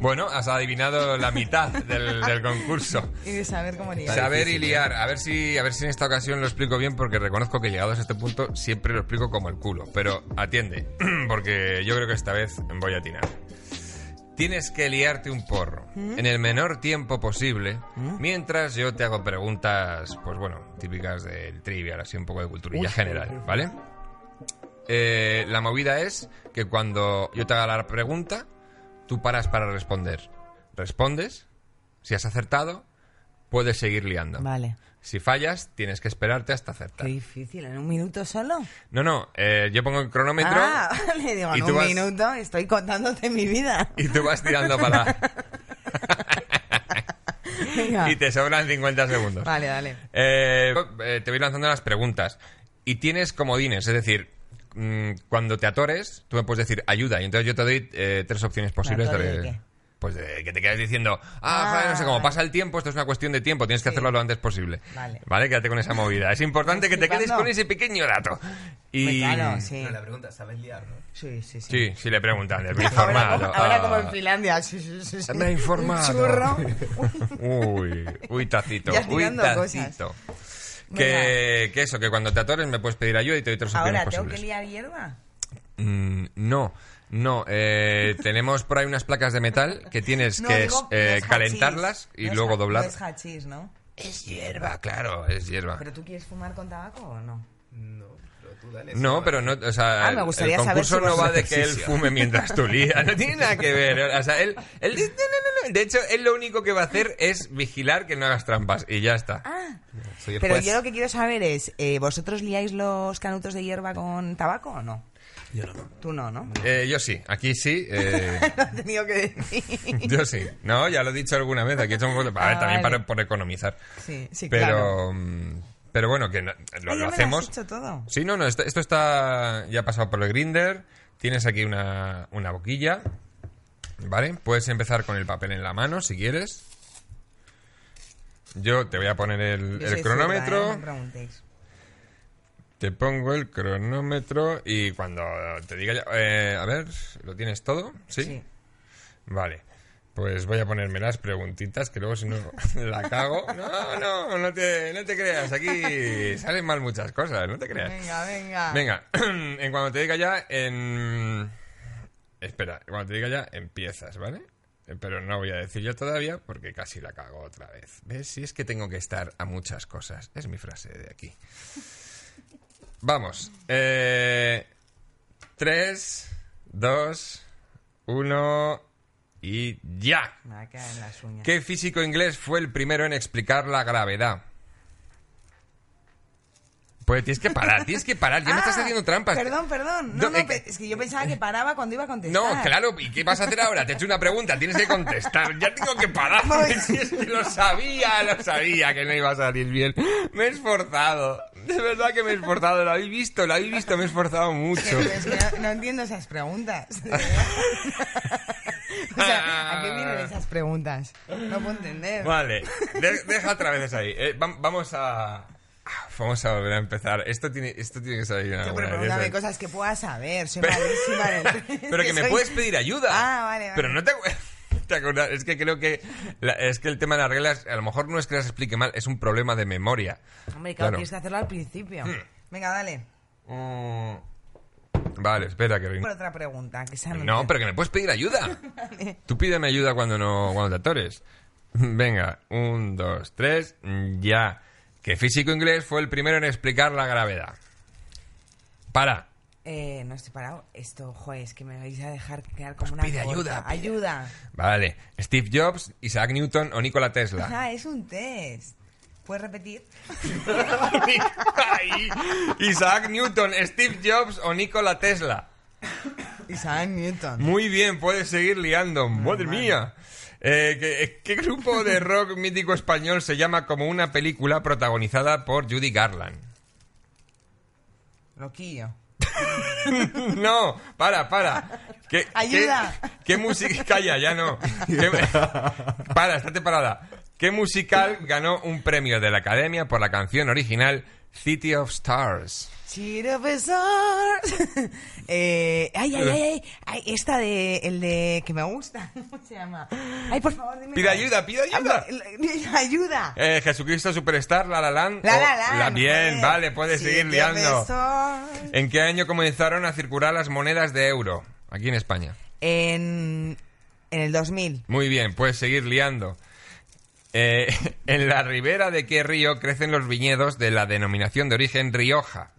Bueno, has adivinado la mitad del, del concurso. Y de saber cómo liar. Está Saber y difícil, ¿eh? liar. A ver si a ver si en esta ocasión lo explico bien porque reconozco que llegados a este punto siempre lo explico como el culo, pero atiende, porque yo creo que esta vez voy a atinar. Tienes que liarte un porro ¿Eh? en el menor tiempo posible, mientras yo te hago preguntas, pues bueno, típicas del trivial, así un poco de culturilla general, ¿vale? Eh, la movida es que cuando yo te haga la pregunta, tú paras para responder. Respondes, si has acertado, puedes seguir liando. Vale. Si fallas, tienes que esperarte hasta Qué acertar. difícil, ¿en un minuto solo? No, no, eh, yo pongo el cronómetro Ah, vale, digo, ¿Y en tú un vas- minuto estoy contándote mi vida. y tú vas tirando para... Venga. y te sobran 50 segundos. Vale, dale. Eh, eh, te voy lanzando las preguntas. Y tienes comodines, es decir, mm, cuando te atores, tú me puedes decir ayuda. Y entonces yo te doy eh, tres opciones posibles atore de de- qué? Pues de que te quedas diciendo, ah, Ah, joder, no sé, como vale. pasa el tiempo, esto es una cuestión de tiempo, tienes que hacerlo lo antes posible. Vale. quédate con esa movida. Es importante que te quedes flipando. con ese pequeño dato. Pues Y... claro, sí. pregunta, ¿sabes liar, no? Sí, sí, sí. Sí, sí le preguntan, les voy Ahora, informado. como- ahora Ah. como en Finlandia. Sí, sí, sí, sí. Me ha informado. Un churro. Uy, uy, tacito, Ya uy, tirando tacito. Que, que eso, que cuando te atores me puedes pedir ayuda y te doy tres opciones Ahora, ¿tengo posibles. que liar hierba? Mm, no, no. eh, tenemos por ahí unas placas de metal que tienes No, que digo, eh, no es hachís. calentarlas y No es luego ha- doblar. Ah. No es hachís, ¿no? Es hierba, claro, es hierba. ¿Pero tú quieres fumar con tabaco o no? No, pero tú dale. No, pero no, o sea, Ah, me gustaría el saber concurso si no va vosotros- de que él fume mientras tú lías, no tiene nada que ver, o sea, él, él dice, no, no, no, no. de hecho, él lo único que va a hacer es vigilar que no hagas trampas y ya está. Ah, Soy pero juez. yo lo que quiero saber es, eh, ¿vosotros liáis los canutos de hierba con tabaco o no? Yo no. Tú no, ¿no? Eh, yo sí, aquí sí. eh, Lo he tenido que decir. yo sí. No, ya lo he dicho alguna vez. Aquí somos. A ver, Ah, también vale. para, por economizar. Sí, sí, pero, claro. mm, pero bueno, que no- lo, lo Ah, ya me hacemos. Lo has hecho todo. Sí, no, no. Esto, esto está ya pasado por el grinder. Tienes aquí una, una boquilla. Vale, puedes empezar con el papel en la mano si quieres. Yo te voy a poner el, Yo el soy zurda, cronómetro. ¿eh? No me preguntéis. Te pongo el cronómetro y cuando te diga ya... eh, a ver, ¿lo tienes todo? ¿Sí? Sí. Vale. Pues voy a ponerme las preguntitas que luego si no la cago... No, no, no te, no te creas. Aquí salen mal muchas cosas, no te creas. Venga, venga. Venga, en cuando te diga ya, en... Espera, cuando te diga ya, empiezas, ¿vale? Eh, Pero no voy a decir yo todavía porque casi la cago otra vez. ¿Ves? Si es que tengo que estar a muchas cosas. Es mi frase de aquí. Vamos. Eh, tres, dos, uno y ya. Me va a caer en las uñas. ¿Qué físico inglés fue el primero en explicar la gravedad? Pues tienes que parar, tienes que parar. Ya me estás Ah, haciendo trampas. Perdón, perdón. No, No, no, eh, pe- es que yo pensaba que paraba cuando iba a No, contestar. claro, ¿y qué vas a hacer ahora? Te he hecho una pregunta, tienes que contestar. Ya tengo que parar. porque si es que lo sabía, lo sabía que no iba a salir bien. Me he esforzado. De verdad que me he esforzado. Lo habéis visto, lo habéis visto, me he esforzado mucho. Pero es que no, no entiendo esas preguntas. o sea, ¿a qué Ah. vienen esas preguntas? No puedo entender. Vale, de- deja otra vez eso ahí. Eh, vam- vamos a. Vamos a volver a empezar. Esto tiene, esto tiene que salir Yo, una pero pregúntame cosas que pueda saber. Soy Pero- malísima en el- Pero que me soy- puedes pedir ayuda. Ah, vale, vale. Pero no te. acu- Te acordas- es que creo que la- es que el tema de las reglas, a lo mejor no es que las explique mal, es un problema de memoria. Hombre, Claro. claro, Hmm. tienes que hacerlo al principio. Venga, dale. Mm. Vale, espera que Por otra pregunta. Que sea No, pero que me puedes pedir ayuda. Tú pídeme ayuda cuando no cuando te atores. Venga, un, dos, tres, mm, ya. Que físico inglés fue el primero en explicar la gravedad. Para. Eh, no estoy parado. Esto, joder, es que me vais a dejar quedar como Pues una. pide gorda. ayuda, pide. Ayuda. Vale. Steve Jobs, Isaac Newton o Nikola Tesla. Ah, es un test. ¿Puedes repetir? Ay, Isaac Newton, Steve Jobs o Nikola Tesla. Isaac Newton. Muy bien, puedes seguir liando. Madre mía. Eh, ¿qué, qué grupo de rock mítico español se llama como una película protagonizada por Judy Garland? Loquillo. No, para, para. ¿Qué, Ayuda. ¿Qué, qué música? Calla, ya no. ¿Qué- para, estate parada. ¿Qué musical ganó un premio de la Academia por la canción original City of Stars? Cheer of the stars. eh, ay, ay, ay, ay, ay, Esta de. El de. Que me gusta. ¿Cómo se llama? Ay, por favor, dime. Ah, Pide ayuda, pide ayuda. Ayuda. Eh, Jesucristo Superstar, La La Land. La o- la la. no bien, puede. vale, puedes Cheer seguir of the liando. stars. ¿En qué año comenzaron a circular las monedas de euro? Aquí en España. En. En el 2000. Muy bien, puedes seguir liando. Eh, ¿En la ribera de qué río crecen los viñedos de la denominación de origen Rioja?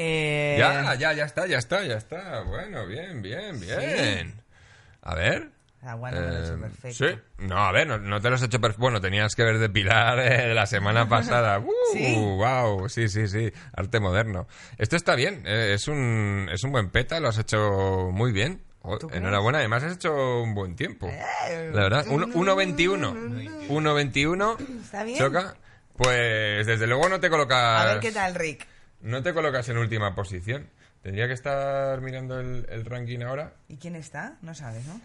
Eh, Ya, ya, ya está, ya está, ya está. Bueno, bien, bien, bien. A ver. Ah, bueno, me lo he hecho Eh, perfecto. Sí. No, a ver, no, no te lo has hecho perfecto. Bueno, tenías que ver depilar eh, de la semana pasada. Uh, Sí. Wow, sí, sí, sí. Arte moderno. Esto está bien. eh, es, un, es un buen peta, lo has hecho muy bien. Jo, ¿Tú crees? enhorabuena, además has hecho un buen tiempo. Eh. La verdad, uno- 1.21. 1.21. Está bien. Choca. Pues desde luego no te colocas. A ver qué tal, Rick. No te colocas en última posición. Tendría que estar mirando el, el ranking ahora. ¿Y quién está? No sabes, ¿no?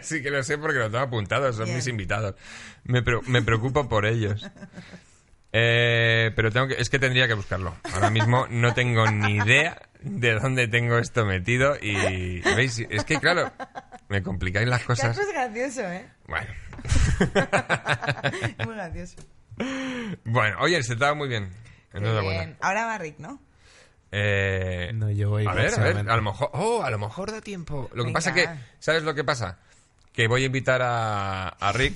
sí que lo sé porque lo tengo apuntado, son Bien. mis invitados. Me, pre- me preocupo por ellos. Eh, pero tengo que, es que tendría que buscarlo. Ahora mismo no tengo ni idea de dónde tengo esto metido y veis, es que claro, me complicáis las cosas. Cacho es gracioso, ¿eh? Bueno, Muy gracioso. bueno, oye, se estaba muy bien. Enhorabuena. Bien. Ahora va Rick, ¿no? Eh, No, yo voy a ver, a ver, próximamente. a lo mejor, oh, a lo mejor da tiempo. Lo que Venga. pasa que, ¿sabes lo que pasa? Que voy a invitar a, a Rick.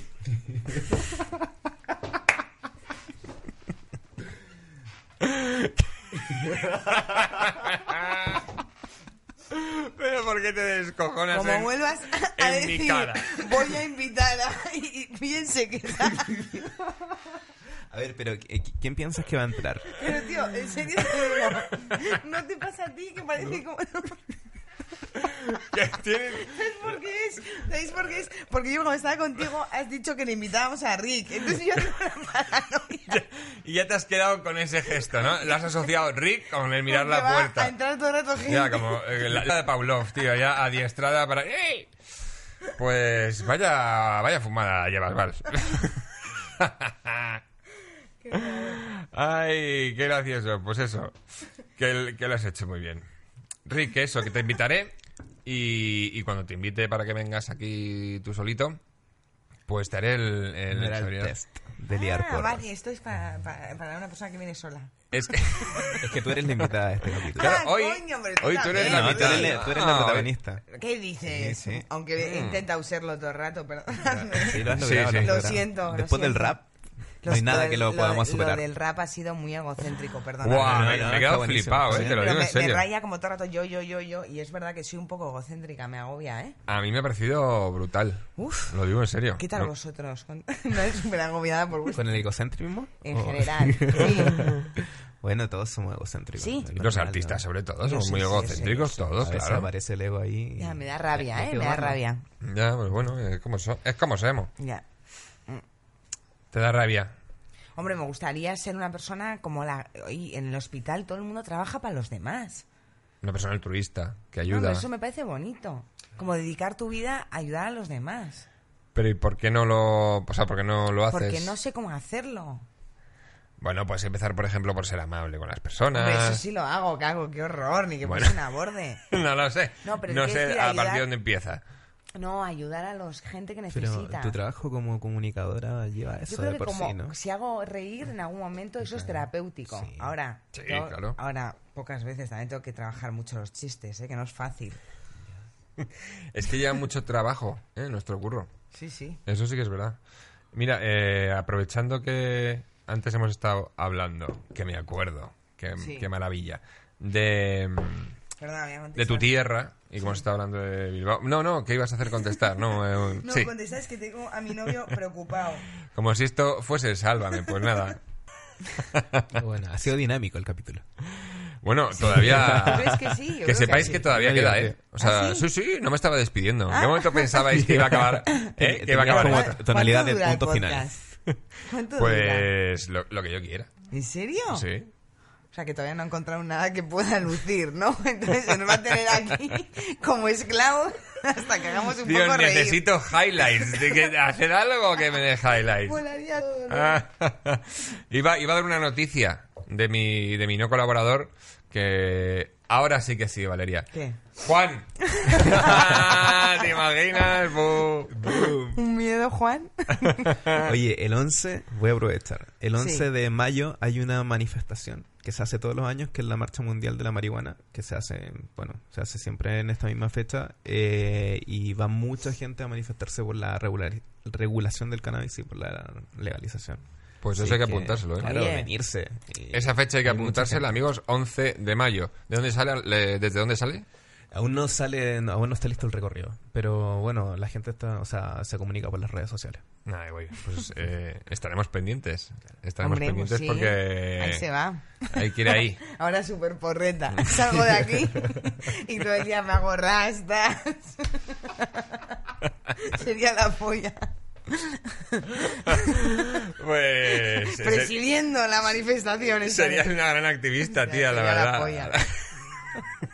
Pero ¿por qué te descojonas? eh? Como en- vuelvas a en mi decir, cara. voy a invitar a... Y y fíjense que está... A ver, pero eh, ¿quién piensas que va a entrar? Pero, tío, en serio te digo, no te pasa a ti que parece como... que tienes- ¿Sabes por qué es? ¿Sabéis por qué es? Porque yo cuando estaba contigo has dicho que le invitábamos a Rick. Entonces yo tengo una paranoia. y ya te has quedado con ese gesto, ¿no? Lo has asociado Rick con el mirar porque la va puerta. a entrar todo el rato gente. Ya, como eh, la, la de Pavlov, tío, ya adiestrada para... ¡Ey! Pues vaya, vaya fumada llevas, Val. Ay, qué gracioso. Pues eso, que, el- que lo has hecho muy bien. Rick, eso, que te invitaré y, y cuando te invite para que vengas aquí tú solito, pues te haré el... el Era el choreo. test de liar Ah, porras. vale, esto es para, para, para una persona que viene sola. Es que... Es que tú eres la invitada de este capítulo. claro, Ah, hoy, coño, pero tú hoy tú eres la No, tú mitad. eres, la- tú eres Ah, la hoy- protagonista. ¿Qué dices? Sí, sí. Aunque intenta usarlo todo el rato, perdóname. Sí, lo has Sí, logrado, sí. has Lo logrado. siento, lo Después del siento. rap, no Los- hay nada del- que lo podamos de- superar. Lo del rap ha sido muy egocéntrico, perdón. Buah, No, no, me, no, me he está quedado buenísimo, flipado, eh, sí. te lo Pero digo me, en serio. me raya como todo el rato yo, yo, yo, yo. Y es verdad que soy un poco egocéntrica, me agobia, ¿eh? A mí me ha parecido brutal. Uf. Lo digo en serio. ¿Qué tal No. vosotros? Con- No es súper agobiada por gusto. ¿Con Oh. el egocentrismo? En O- general, sí. bueno, todos somos egocéntricos. Sí. Y Los artistas, sobre todo, somos muy egocéntricos todos, A veces Ah, claro. aparece el ego ahí. y- Ya, me da rabia, Hay ¿eh? que Me da domarlo. rabia. Ya, pues bueno, es como, so- es como somos. Ya. Te da rabia. Hombre, me gustaría ser una persona como la... hoy en el hospital todo el mundo trabaja para los demás. Una persona altruista que No, ayuda. pero eso me parece bonito. Como dedicar tu vida a ayudar a los demás. Pero ¿y por qué no lo, o sea, por qué no lo haces? Porque no sé cómo hacerlo. Bueno, puedes empezar, por ejemplo, por ser amable con las Hombre, eso personas. sí lo hago, cago, qué horror, ni que Bueno. pasen a borde. no lo sé. No, pero no quiero sé decir, a ayudar- partir de dónde empieza. No, ayudar a los gente que Pero necesita. tu trabajo como comunicadora lleva Yo eso creo de que por como sí, ¿no? si hago reír en algún momento, eso es terapéutico. Sí. Ahora, Sí, yo- claro. ahora, pocas veces también tengo que trabajar mucho los chistes, ¿eh? que no es fácil. Es que lleva mucho trabajo, ¿eh? Nuestro curro. Sí, sí. Eso sí que es verdad. Mira, eh, aprovechando que antes hemos estado hablando, que me acuerdo, que, Sí. qué maravilla, de, mm, Perdona, voy a contestar. de tu tierra y cómo se está hablando de Bilbao. No, no, ¿qué ibas a hacer contestar? No, eh, un- No, sí. contestas que tengo a mi novio preocupado. Como si esto fuese Sálvame, pues nada. Bueno, ha sido dinámico el capítulo. Bueno, todavía... ¿Tú crees que sí? Yo que creo sepáis sí. que, todavía Yo digo queda, que ¿eh? sí. O sea, ¿Ah, sí? sí, no me estaba despidiendo. ¿En qué momento pensabais que iba a acabar? ¿eh? Que iba a Tenía acabar como como ¿Cuánto tonalidad de dura el punto final. podcast? ¿Cuánto dura? Pues lo, lo que yo quiera. ¿En serio? Sí. O sea, que todavía no he encontrado nada que pueda lucir, ¿no? Entonces se nos va a tener aquí como esclavos hasta que hagamos un Dios, poco reír. necesito highlights. De que- hacer algo que me dé highlights. Volaría todo, ¿no? Ah, iba, iba a dar una noticia de mi, de mi no colaborador que ahora sí que sí, Valeria. ¿Qué? Juan. Ah, ¿Te imaginas? Bu. ¿Un miedo, Juan? Ah. Oye, el 11, voy a aprovechar. El Sí. 11 de mayo hay una manifestación que se hace todos los años, que es la Marcha Mundial de la Marihuana, que se hace, bueno, se hace siempre en esta misma fecha, eh, y va mucha gente a manifestarse por la regular- regulación del cannabis y por la legalización. Pues eso Así hay que apuntárselo, ¿eh? Claro, Oye. venirse. Y Esa fecha hay que mucha apuntársela, gente. amigos, 11 de mayo. ¿De dónde sale? le- ¿Desde dónde sale? Aún no sale, no, aún no está listo el recorrido, pero bueno, la gente está, o sea, se comunica por las redes sociales. Nada, güey. Pues eh, estaremos pendientes. Estaremos Hombre, pues pendientes sí. porque. Ahí se va. Hay que ir ahí. Ahora súper porreta. Salgo de aquí y todo el día me hago rastas. Sería la polla. Pues. se- Presidiendo la manifestación. esta Serías vez. una gran activista, tía, la Sería la verdad.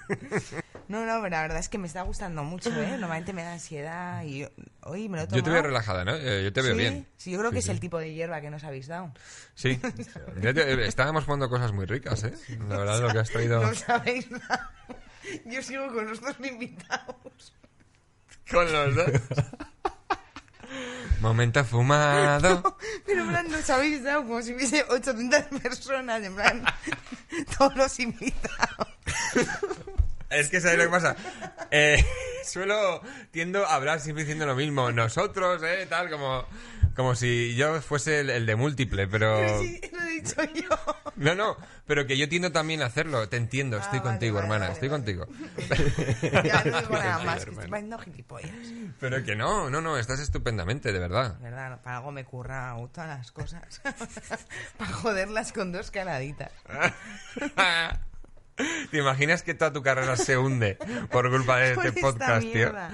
polla. No, no, pero la verdad es que me está gustando mucho, ¿eh? Normalmente me da ansiedad y yo- hoy me lo tomo. Yo te veo relajada, ¿no? Eh, Yo te veo sí, bien. Sí, yo creo que Sí, es sí. el tipo de hierba que nos habéis dado. Sí. Ya te- eh, estábamos poniendo cosas muy ricas, ¿eh? La verdad, lo que has traído. No sabéis nada. Yo sigo con los dos invitados. Con los dos. Momento fumado. Pero en plan, nos habéis dado como si hubiese 800 personas, en plan, todos los invitados. Es que sabes lo que pasa. Eh, suelo tiendo a hablar siempre diciendo lo mismo. Nosotros, eh, tal, como, como si yo fuese el, el de múltiple, pero. Pero sí, lo he dicho yo. No, no, pero que yo tiendo también a hacerlo. Te entiendo, estoy Ah, vale, contigo, vale, hermana, vale, estoy vale. contigo. Ya no digo nada Sí, más, hermano. que estoy pareciendo gilipollas. Pero que no, no, no, estás estupendamente, de verdad. De verdad, para algo me curra todas las cosas. para joderlas con dos caladitas. ¿Te imaginas que toda tu carrera se hunde por culpa de Con este Pues esta podcast, tío? mierda.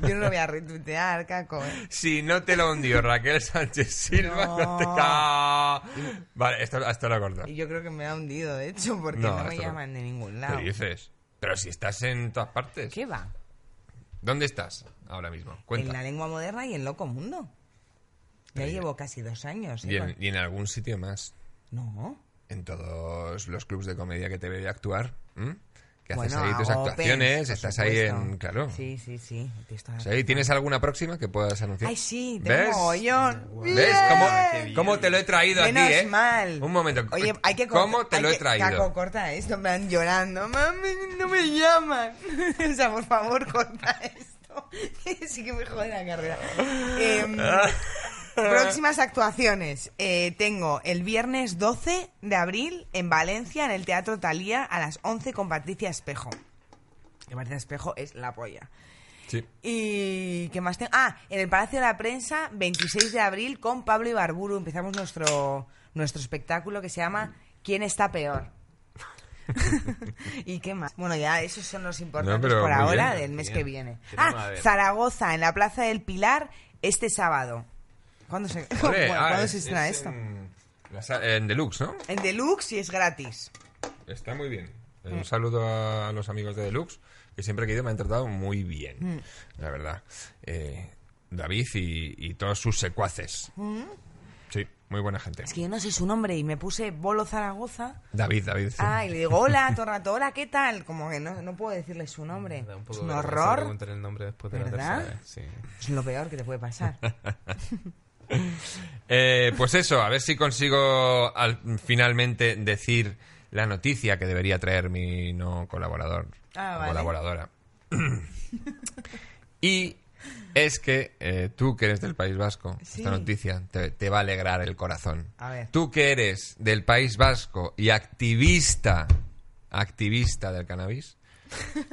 Yo no lo voy a retuitear, caco. ¿eh? Si no te lo hundió Raquel Sánchez Silva, no, No. te ca- Vale, esto, esto lo corto. Y yo creo que me ha hundido, de hecho, porque No, no, me esto no. llaman de ningún ¿Qué lado. dices? Pero si estás en todas partes. ¿Qué va? ¿Dónde estás ahora mismo? En la Cuenta. lengua moderna y en Loco Mundo. Ya Pero ya- llevo casi dos años. ¿eh? Y en, y en algún sitio más. No. En todos los clubs de comedia que te veo actuar. ¿m? Que haces Bueno, ahí tus hago actuaciones, opens, por estás ahí supuesto. en... Claro. Sí, sí, sí. tienes toda la O sea, ¿y ¿Tienes alguna próxima que puedas anunciar? Ay, sí, ¿Ves? tengo mogollón. ¿Ves ¡Bien! cómo, Qué bien. cómo te lo he traído a Menos ti, eh? mal. Un momento. Oye, hay que corta- ¿Cómo te hay lo he que- traído? Caco, corta esto, en plan llorando. Mami, no me llaman. o sea, por favor, corta esto. sí que me jode la carrera. Em, próximas actuaciones. Eh, tengo el viernes 12 de abril en Valencia, en el Teatro Talía, a las 11 con Patricia Espejo. Que Patricia Espejo es la polla. Sí. Y qué más tengo. Ah, en el Palacio de la Prensa, 26 de abril, con Pablo Ibarburu. Empezamos nuestro, nuestro espectáculo que se llama ¿Quién está peor? ¿Y qué más? Bueno, ya esos son los importantes No, pero por muy ahora bien, del muy mes bien. que viene. Tenemos a Ah, ver. Zaragoza, en la Plaza del Pilar, este sábado. ¿Cuándo se, Ole, bueno, ah, ¿cuándo es- se estrena es esto? En... En, la sa- en Deluxe, ¿no? Deluxe y es gratis. Está muy bien. Eh, Mm. Un saludo a los amigos de Deluxe, que siempre que he ido me han tratado muy Mm. bien, la verdad. Eh, David y, y todos sus secuaces. Sí, muy buena gente. Mm. Es que yo no sé su nombre y me puse Bolo Zaragoza. David, David. sí. Ah, y le digo, hola, todo el rato, hola, ¿qué tal? Como que no, no puedo decirle su nombre. Da Es poco un de vergüenza horror. preguntar el nombre después de la ¿Verdad? tercera vez, sí. Es lo peor que te puede pasar. Eh, pues eso, a ver si consigo al- finalmente decir la noticia que debería traer mi no colaborador Ah, o vale. colaboradora. y es que eh, tú que eres del País Vasco, Sí. esta noticia te, te va a alegrar el corazón. A ver. Tú que eres del País Vasco y activista, activista del cannabis,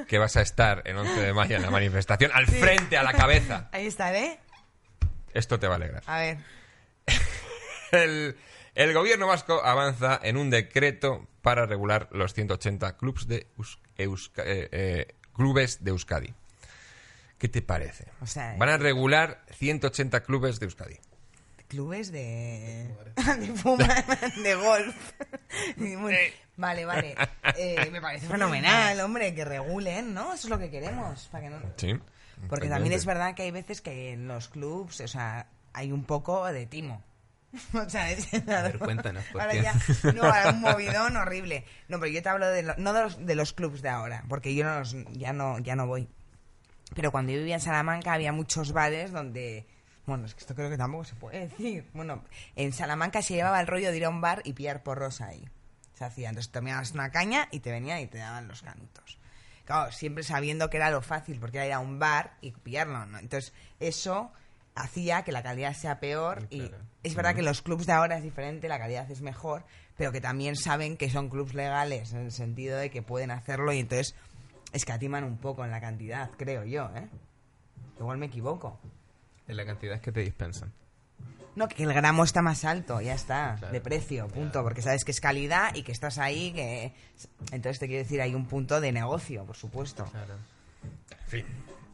que vas a estar el 11 de mayo en la manifestación al frente, a la cabeza. Ahí estaré. Esto te va a alegrar. A ver. El, el gobierno vasco avanza en un decreto para regular los 180 clubs de Eus- Euska- eh, eh, clubes de Euskadi. ¿Qué te parece? O sea, eh, Van a regular 180 clubes de Euskadi. clubes de. de fumar, de golf. Muy- Vale, vale. Eh, me parece fenomenal, hombre, que regulen, ¿no? Eso es lo que queremos. Para que no... Sí. Porque también es verdad que hay veces que en los clubs, o sea, hay un poco de timo. O sea, es- ver, cuéntanos, ¿por ahora qué? ya- no, ahora un movidón horrible. No, pero yo te hablo de lo- no de los, de los clubs de ahora, porque yo no los- ya no ya no voy. Pero cuando yo vivía en Salamanca había muchos bares donde bueno, es que esto creo que tampoco se puede decir. Bueno, en Salamanca se llevaba el rollo de ir a un bar y pillar porros ahí. Se hacía, entonces tomabas una caña y te venían y te daban los canutos. Claro, siempre sabiendo que era lo fácil, porque era ir a un bar y pillarlo, ¿no? Entonces, eso hacía que la calidad sea peor y Claro. es verdad que los clubs de ahora es diferente, la calidad es mejor, pero que también saben que son clubs legales en el sentido de que pueden hacerlo y entonces escatiman un poco en la cantidad, creo yo, ¿eh? Igual me equivoco. En la cantidad que te dispensan. No, que el gramo está más alto, ya está, Claro, de precio, punto, porque sabes que es calidad y que estás ahí, que... Entonces te quiero decir, hay un punto de negocio, por supuesto. Claro. En fin.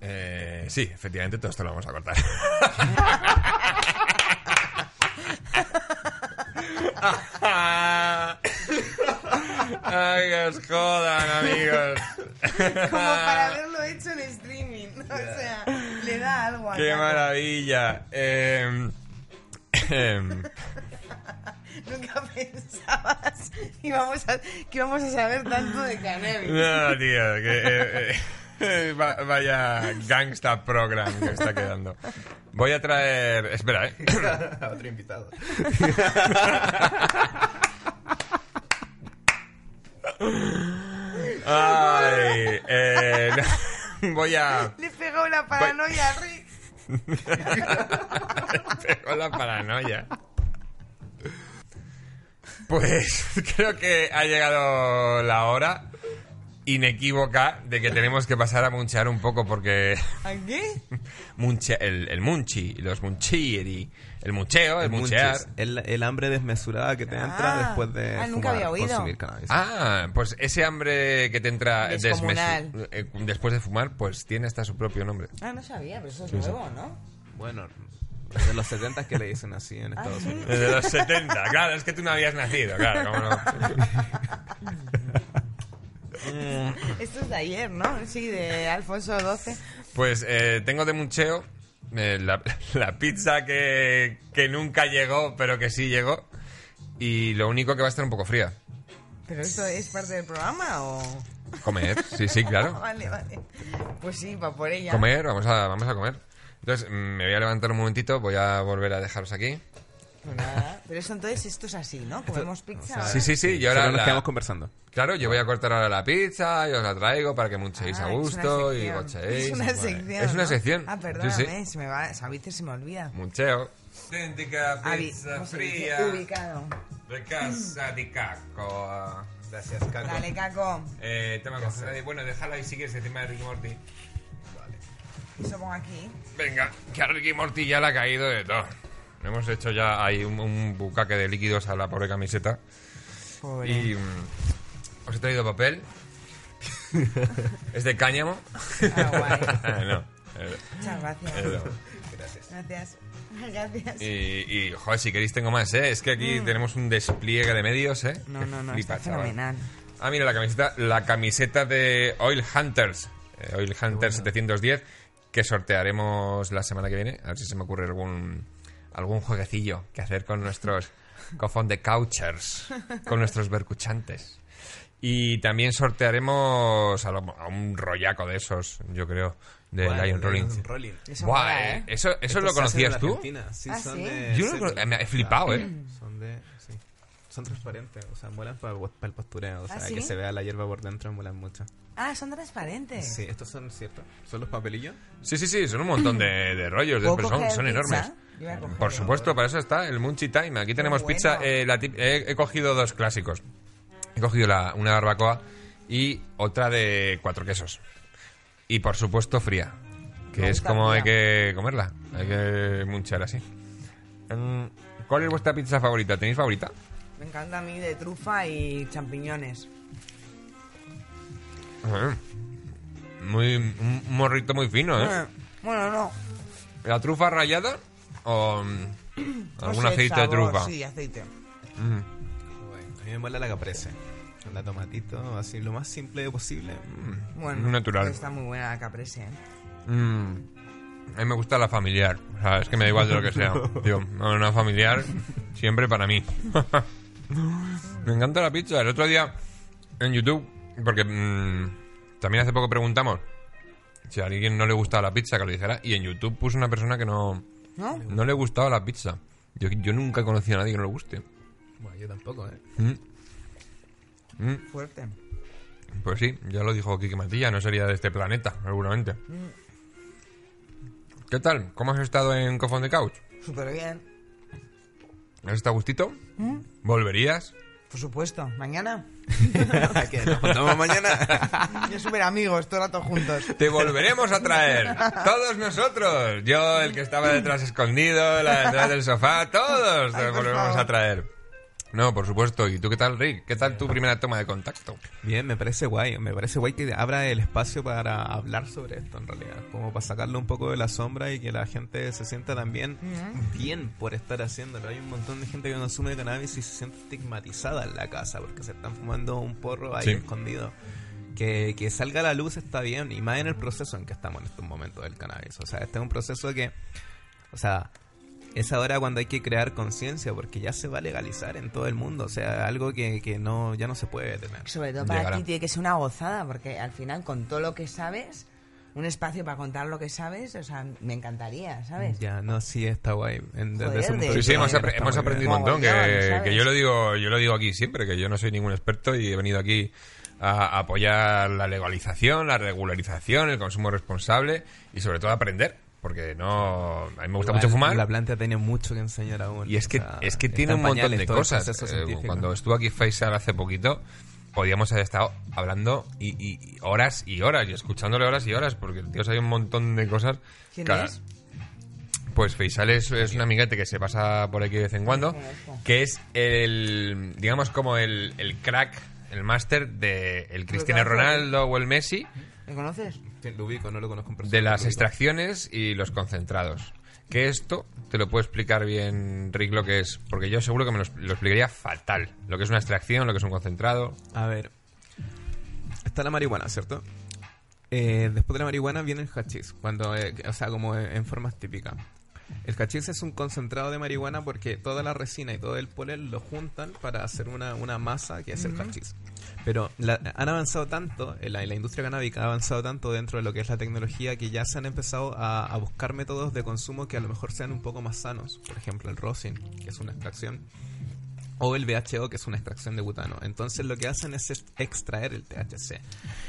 Eh, sí, efectivamente, todo esto lo vamos a cortar. Ay, que os jodan, amigos. Como para haberlo hecho en streaming, o sea, le da algo a ¡Qué Paco. maravilla! Em, em, Nunca pensabas que íbamos, a, que íbamos a saber tanto de cannabis. no, tío, que, eh, eh, va- vaya gangsta program que está quedando. Voy a traer... Espera, ¿eh? Otro invitado. Ay, eh, no, voy a... Le pegó una paranoia a Rick. Pegó la paranoia. Pues creo que ha llegado la hora inequívoca de que tenemos que pasar a munchar un poco porque ¿A qué? Munche- el, el munchi, los munchieri, el muncheo, el, Munchies, munchear. El, el hambre desmesurada que te entra Ah. después de Ah, nunca fumar, había oído. consumir cannabis. Ah, pues ese hambre que te entra desmesu- Descomunal. eh, después de fumar, pues tiene hasta su propio nombre. Ah, no sabía, pero eso es nuevo, ¿no? Bueno, desde los 70 que le dicen así en Ah, Estados sí. Unidos. Desde los 70, claro, es que tú no habías nacido, claro, cómo no. Esto es de ayer, ¿no? Sí, de Alfonso XII. Pues eh, tengo de muncheo eh, la, la pizza que, que nunca llegó, pero que sí llegó. Y lo único que va a estar un poco fría. ¿Pero esto es parte del programa o...? Ah, Comer, sí, sí, claro. Vale, vale. Pues sí, va por ella. Comer, vamos a, vamos a comer. Entonces, mm, me voy a levantar un momentito, voy a volver a dejaros aquí. Pues nada. Pero eso entonces, esto es así, ¿no? Comemos pizza. Sí, sí, sí, yo Solo ahora nos la- quedamos conversando. Claro, yo voy a cortar ahora la pizza y os la traigo para que munchéis Ah, a es una gusto y sección. gochéis. Es una Bueno, sección. Es una ¿no? sección. Ah, perdón, Sí, sí. eh, se me va, a veces se me olvida. Muncheo. Auténtica Avi- pizza ¿cómo se fría dice? Ubicado. de casa de Caco. Gracias, Caco. Dale, Caco. Eh, tema concentrado. Bueno, déjala y sigues encima de Ricky Morty. Eso pongo aquí. Venga, que a Ricky Morty ya le ha caído de todo. Hemos hecho ya ahí un, un bucaque de líquidos a la pobre camiseta. Pobre. Y mm, os he traído papel. es de cáñamo. Ah, guay. no. eh, Muchas gracias. eh, no. Gracias. Gracias. Y, y, joder, si queréis tengo más, ¿eh? Es que aquí tenemos un despliegue de medios, ¿eh? Mm. No, no, no, Flipa, está chaval. fenomenal. Ah, mira, la camiseta, la camiseta de Oil Hunters. eh, Oil Hunters 710, que sortearemos la semana que viene. A ver si se me ocurre algún algún jueguecillo que hacer con nuestros cofón de couchers, con nuestros bercuchantes. Y también sortearemos a, lo- a un rollaco de esos, yo creo, de Guau, Lion Rolling. Rolling. Eso Buah, mola, eh, ¿eh? ¿Eso, eso Estos lo se hacen en conocías tú? Argentina, sí, Ah, son ¿sí? de Yo lo cono- me he flipado, ¿eh? Son de... sí. Son transparentes, o sea, molan para el postureo, o sea, ¿Ah, sí? que se vea la hierba por dentro, molan mucho. Ah, son transparentes. Sí, estos son, ¿cierto? ¿Son los papelillos? Sí, sí, sí, son un montón de, de rollos, de- ¿Puedo pero son, coger son pizza? enormes. Yo voy a coger Por yo. supuesto, para eso está el Munchie Time. Aquí tenemos bueno. pizza. eh, la tip- he, he cogido dos clásicos. He cogido la, una de barbacoa y otra de cuatro quesos. Y por supuesto fría, que Me es gusta como hay fría. que comerla. Hay que munchar así. Mm, ¿Cuál es vuestra pizza favorita? ¿Tenéis favorita? Me encanta a mí de trufa y champiñones. Mm. Muy, un un morrito muy fino, ¿eh? Eh, Bueno, no. Mm. ¿La trufa rallada o mm, No algún sé, aceite de Pues sabor, trufa? Sí, aceite. Mm. Bueno, a mí me mola la caprese. La tomatito, así, lo más simple posible. Mm. Bueno, Natural. está muy buena la caprese. ¿eh? Mm. A mí me gusta la familiar. O sea, es que me da igual de lo que sea. Tío, una familiar siempre para mí. me encanta la pizza. El otro día en YouTube, porque mm, también hace poco preguntamos si a alguien no le gustaba la pizza, que lo dijera. Y en YouTube puso una persona que no, ¿No? no le gustaba la pizza. Yo, yo nunca he conocido a nadie que no le guste. Bueno, yo tampoco, ¿eh? Mm. Mm. Fuerte. Pues sí, ya lo dijo Quique Matilla, no sería de este planeta, seguramente. ¿Qué tal? ¿Cómo has estado en Cofón de Couch? Súper bien. ¿Has estado a gustito? ¿Eh? ¿Volverías? Por supuesto. Mañana. que nos juntamos pues mañana. Yo súper amigos, todo el rato juntos. Te volveremos a traer, todos nosotros. Yo, el que estaba detrás escondido, la detrás del sofá, todos Ay, te por volveremos favor. a traer. No, por supuesto. ¿Y tú qué tal, Rick? ¿Qué tal tu primera toma de contacto? Bien, me parece guay. Me parece guay que abra el espacio para hablar sobre esto, en realidad. Como para sacarlo un poco de la sombra y que la gente se sienta también bien por estar haciéndolo. Hay un montón de gente que consume cannabis y se siente estigmatizada en la casa porque se están fumando un porro ahí Sí. escondido. Que, que salga a la luz está bien, y más en el proceso en que estamos en estos momentos del cannabis. O sea, este es un proceso que, o sea, es ahora cuando hay que crear conciencia porque ya se va a legalizar en todo el mundo. O sea, algo que, que no ya no se puede detener. Sobre todo para Llegará. ti tiene que ser una gozada, porque al final con todo lo que sabes, un espacio para contar lo que sabes, o sea, me encantaría, ¿sabes? Ya, no, sí, está guay. En- desde Joder, ese punto de- Sí, de sí, vista hemos, también apre- está hemos muy bien. aprendido un montón, Mogollón, que, ¿sabes? que yo lo digo yo lo digo aquí siempre, que yo no soy ningún experto y he venido aquí a apoyar la legalización, la regularización, el consumo responsable y sobre todo aprender, porque no a mí me gusta Igual, mucho fumar. La planta tiene mucho que enseñar aún. Y es que, o sea, es que está tiene en un montón pañales de todo el cosas. proceso Eh, científico. cuando estuvo aquí Faisal hace poquito, podíamos haber estado hablando y, y- y horas y horas, y escuchándole horas y horas, porque el tío sabe un montón de cosas. ¿Quién es? Pues Faisal es, es un amiguete que se pasa por aquí de vez en cuando, que es el, digamos, como el, el crack, el máster de Pues el Cristiano Ronaldo o el Messi, ¿Me conoces? Sí, Lo ubico, no lo conozco en persona, de lo las ubico. extracciones y los concentrados. Que esto te lo puedo explicar bien, Rick, lo que es. Porque yo seguro que me lo, lo explicaría fatal. Lo que es una extracción, lo que es un concentrado. A ver. Está la marihuana, ¿cierto? Eh, después de la marihuana viene el hachís, cuando, eh, o sea, como en, en formas típicas. El hachís es un concentrado de marihuana porque toda la resina y todo el polen lo juntan para hacer una, una masa que es el hachís. Pero la- han avanzado tanto, eh, la, la industria canábica ha avanzado tanto dentro de lo que es la tecnología que ya se han empezado a, a buscar métodos de consumo que a lo mejor sean un poco más sanos. Por ejemplo, el rosin, que es una extracción o el BHO, que es una extracción de butano. Entonces lo que hacen es ex- extraer el THC.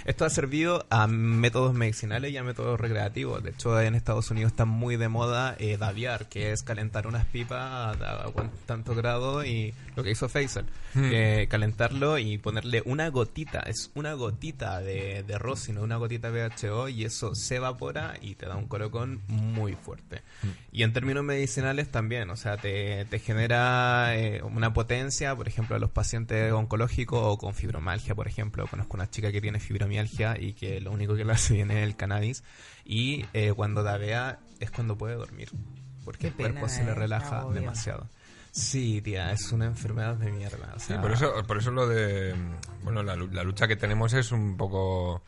Esto ha servido a métodos medicinales y a métodos recreativos. De hecho, en Estados Unidos está muy de moda eh, daviar, que es calentar unas pipas a, a cuan- tanto grado y lo que hizo Faisal, que calentarlo y ponerle una gotita, es una gotita de, de rosin o una gotita de BHO y eso se evapora y te da un colocón muy fuerte. Y en términos medicinales también, o sea, te, te genera eh, una potencia, por ejemplo, a los pacientes oncológicos o con fibromialgia, por ejemplo. Conozco una chica que tiene fibromialgia y que lo único que le hace bien es el cannabis. Y eh, cuando dabea es cuando puede dormir, porque Qué el cuerpo pena, se le eh, qué relaja agobio. demasiado. Sí, tía, es una enfermedad de mierda. o Sí, sea, por eso, por eso lo de. Bueno, la, lu- la lucha que tenemos es un poco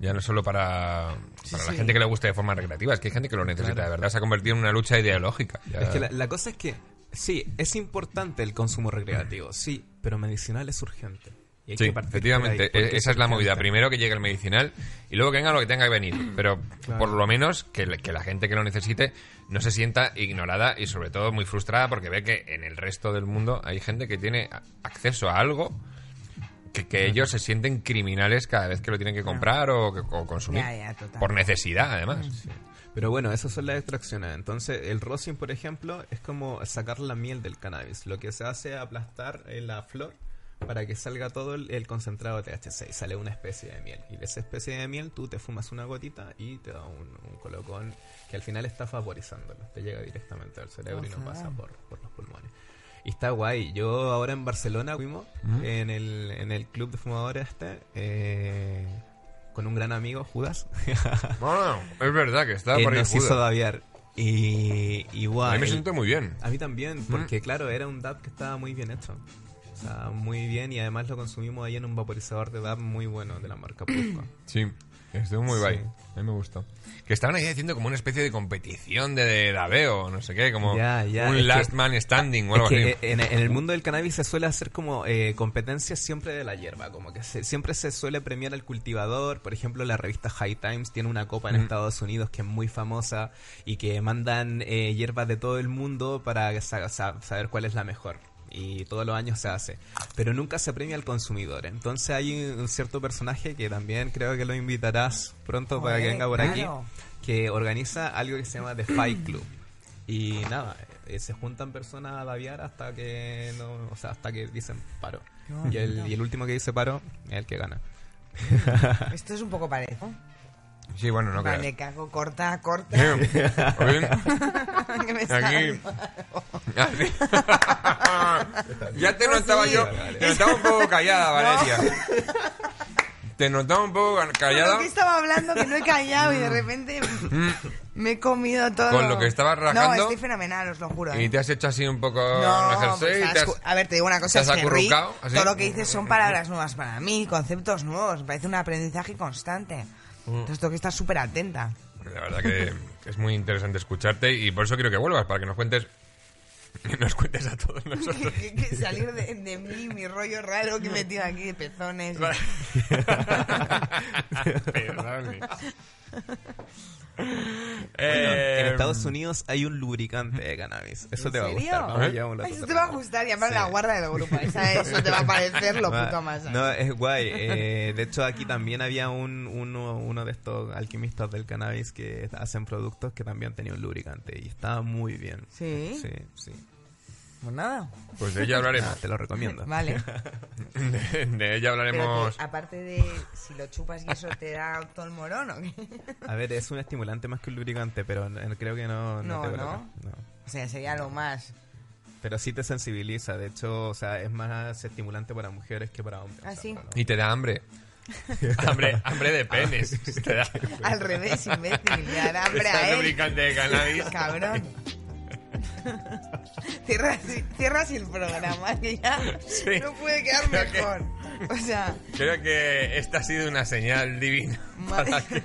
Ya no solo para, para la sí. gente que le gusta de forma recreativa, es que hay gente que lo necesita de verdad. Se ha convertido en una lucha ideológica. Ya- Es que la, la cosa es que, sí, es importante el consumo recreativo, sí, pero medicinal es urgente. Y hay Sí, que partir efectivamente. de ahí, porque E- Esa es la movida. urgente. Primero que llegue el medicinal y luego que venga lo que tenga que venir. Pero Mm. Claro. por lo menos que, le- que la gente que lo necesite no se sienta ignorada y sobre todo muy frustrada porque ve que en el resto del mundo hay gente que tiene a- acceso a algo que, que ellos se sienten criminales cada vez que lo tienen que comprar o, que- o consumir. Ya, ya, total. Por necesidad, además. Mm. Pero bueno, esas son las extracciones. Entonces, el rosin, por ejemplo, es como sacar la miel del cannabis. Lo que se hace es aplastar eh, la flor para que salga todo el, el concentrado de THC y sale una especie de miel. Y de esa especie de miel tú te fumas una gotita y te da un, un colocón que al final está vaporizándolo. Te llega directamente al cerebro y no pasa por, por los pulmones. Y está guay. Yo ahora en Barcelona fuimos en, el, en el club de fumadores este eh, con un gran amigo, Judas. Bueno, es verdad que está Él por ahí Eh, nos hizo Judas. daviar. Y, y guau, A mí me él- siento Mm. muy bien. a mí también, porque claro, era un DAP que estaba muy bien hecho. O sea, muy bien y además lo consumimos ahí en un vaporizador de DAP muy bueno de la marca Pulco. Sí, estuvo muy Sí. guay. A mí me gustó. Que estaban ahí haciendo como una especie de competición de, de Daveo, no sé qué, como Ya, ya, es un last que- man standing o Es algo que así. eh, en, en el mundo del cannabis se suele hacer como eh, competencia siempre de la hierba, como que se- siempre se suele premiar al cultivador. Por ejemplo, la revista High Times tiene una copa en Mm. Estados Unidos que es muy famosa y que mandan eh, hierbas de todo el mundo para sa- sa- saber cuál es la mejor. Y todos los años se hace, pero nunca se premia al consumidor. Entonces hay un cierto personaje que también creo que lo invitarás pronto para que Joder, venga por claro. aquí que organiza algo que se llama The Fight Club. Y nada, eh, se juntan personas a babiar hasta que no, o sea, hasta que dicen paro. Qué Y el, bonito. y el último que dice paro es el que gana. Esto es un poco parejo. Sí, bueno, no vale, creas. cago, corta, corta. Sí. Oye, que me Aquí. salgo. ya te notaba Sí. yo. Te notaba un poco callada, Valeria. Te notaba un poco Con callada lo que estaba hablando que no he callado y de repente me he comido todo. Con lo que estabas No, rajando. estoy fenomenal, os lo juro. ¿eh? y te has hecho así un poco No, el jersey. pues, y te has- asco. a ver, te digo una cosa, te has es que Rick, acurrucado, así. todo lo que dices son palabras nuevas para mí, conceptos nuevos, me parece un aprendizaje constante. Entonces tengo que estar súper atenta. La verdad que es muy interesante escucharte y por eso quiero que vuelvas, para que nos cuentes. Nos cuentes a todos nosotros. Que- que salir de, de mí, mi rollo raro que he metido aquí de pezones. Perdón. Eh, en Estados Unidos hay un lubricante de cannabis. Eso ¿En te va a serio? gustar. A ver. llevamos la Ay, eso tota. te va a gustar llamar Sí. la guarda del grupo. esa- Eso te va a parecer lo Va. puto más. No, es guay. Eh, de hecho, aquí también había un, uno, uno de estos alquimistas del cannabis que hacen productos que también tenía un lubricante y estaba muy bien. ¿Sí? Sí, sí. Pues nada. pues de ella Ah, hablaremos. te lo recomiendo. Vale. De, de ella Pero hablaremos. que, aparte de si lo chupas y eso te da todo el morón o qué. A ver, es un estimulante más que un lubricante, pero n- creo que no, no, No, ¿no? te coloca. No. O sea, sería lo más. Pero sí te sensibiliza, de hecho, o sea, es más estimulante para mujeres que para hombres. Ah, o sea, ¿sí? para los- Y te da hambre. hambre, hambre de penes. Te da. Al revés, imbécil. Le hará Ah, hambre Está a el él. lubricante de cannabis. Cabrón. cierras, cierras el programa, que ya Sí. no puede quedar Creo que- mejor. O sea, Creo que esta ha sido una señal divina Madre- para que,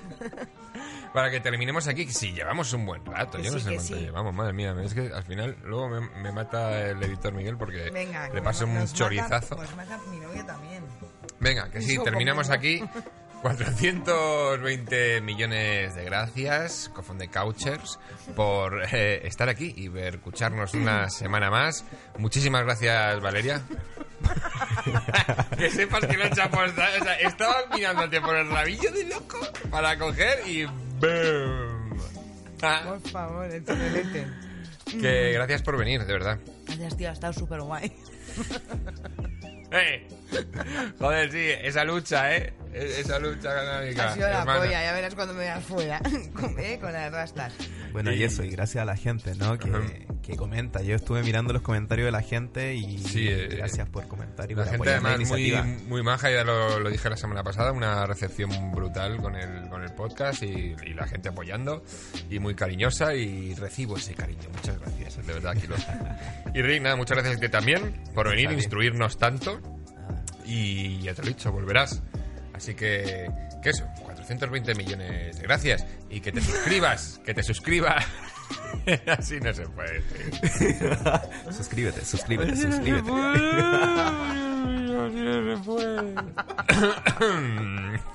para que terminemos aquí. Si llevamos un buen rato, Que yo no sí, sé que cuánto sí. llevamos. Madre mía, es que al final luego me, me mata el editor Miguel porque venga. le paso un nos mata- chorizazo. nos mata mi novio también. Venga, que sí, Eso terminamos como- aquí. 420 millones de gracias, Cofón de Couchers, por eh, estar aquí y ver, escucharnos una semana más. Muchísimas gracias, Valeria. que sepas que lo he hecho aposta. O sea, estaba mirándote por el rabillo de loco para coger y ¡boom! Ah, Por favor, el chocolate. que gracias por venir, de verdad. Gracias, tío, ha estado súper guay. Eh, Joder, sí, esa lucha, ¿eh? E- Esa lucha canábica. Ha sido la hermana. polla, ya verás cuando me veas fuera. con, eh, con las rastas. Bueno, y eso, y gracias a la gente, ¿no? Que, Ajá. que comenta. Yo estuve mirando los comentarios de la gente y Sí, eh, gracias por comentar y La por gente apoyar además muy, iniciativa. muy maja, ya lo, lo dije la semana pasada, una recepción brutal con el, con el podcast y, y la gente apoyando y muy cariñosa y recibo ese cariño, muchas gracias, de verdad aquí lo Y Rick, nada, muchas gracias a ti también por venir, a ti. instruirnos tanto Nada. y ya te lo he dicho, volverás Así que, que eso, 420 millones de gracias. Y que te suscribas, que te suscribas. Así no se puede. suscríbete, suscríbete, suscríbete.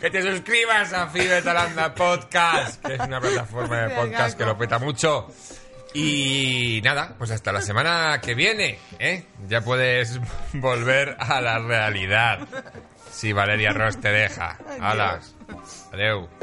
Que te suscribas a Fibetalanda Podcast, que es una plataforma de podcast que lo peta mucho. Y nada, pues hasta la semana que viene, ¿eh? Ya puedes volver a la realidad. Si Valeria Ross te deja. Alas. Adeu.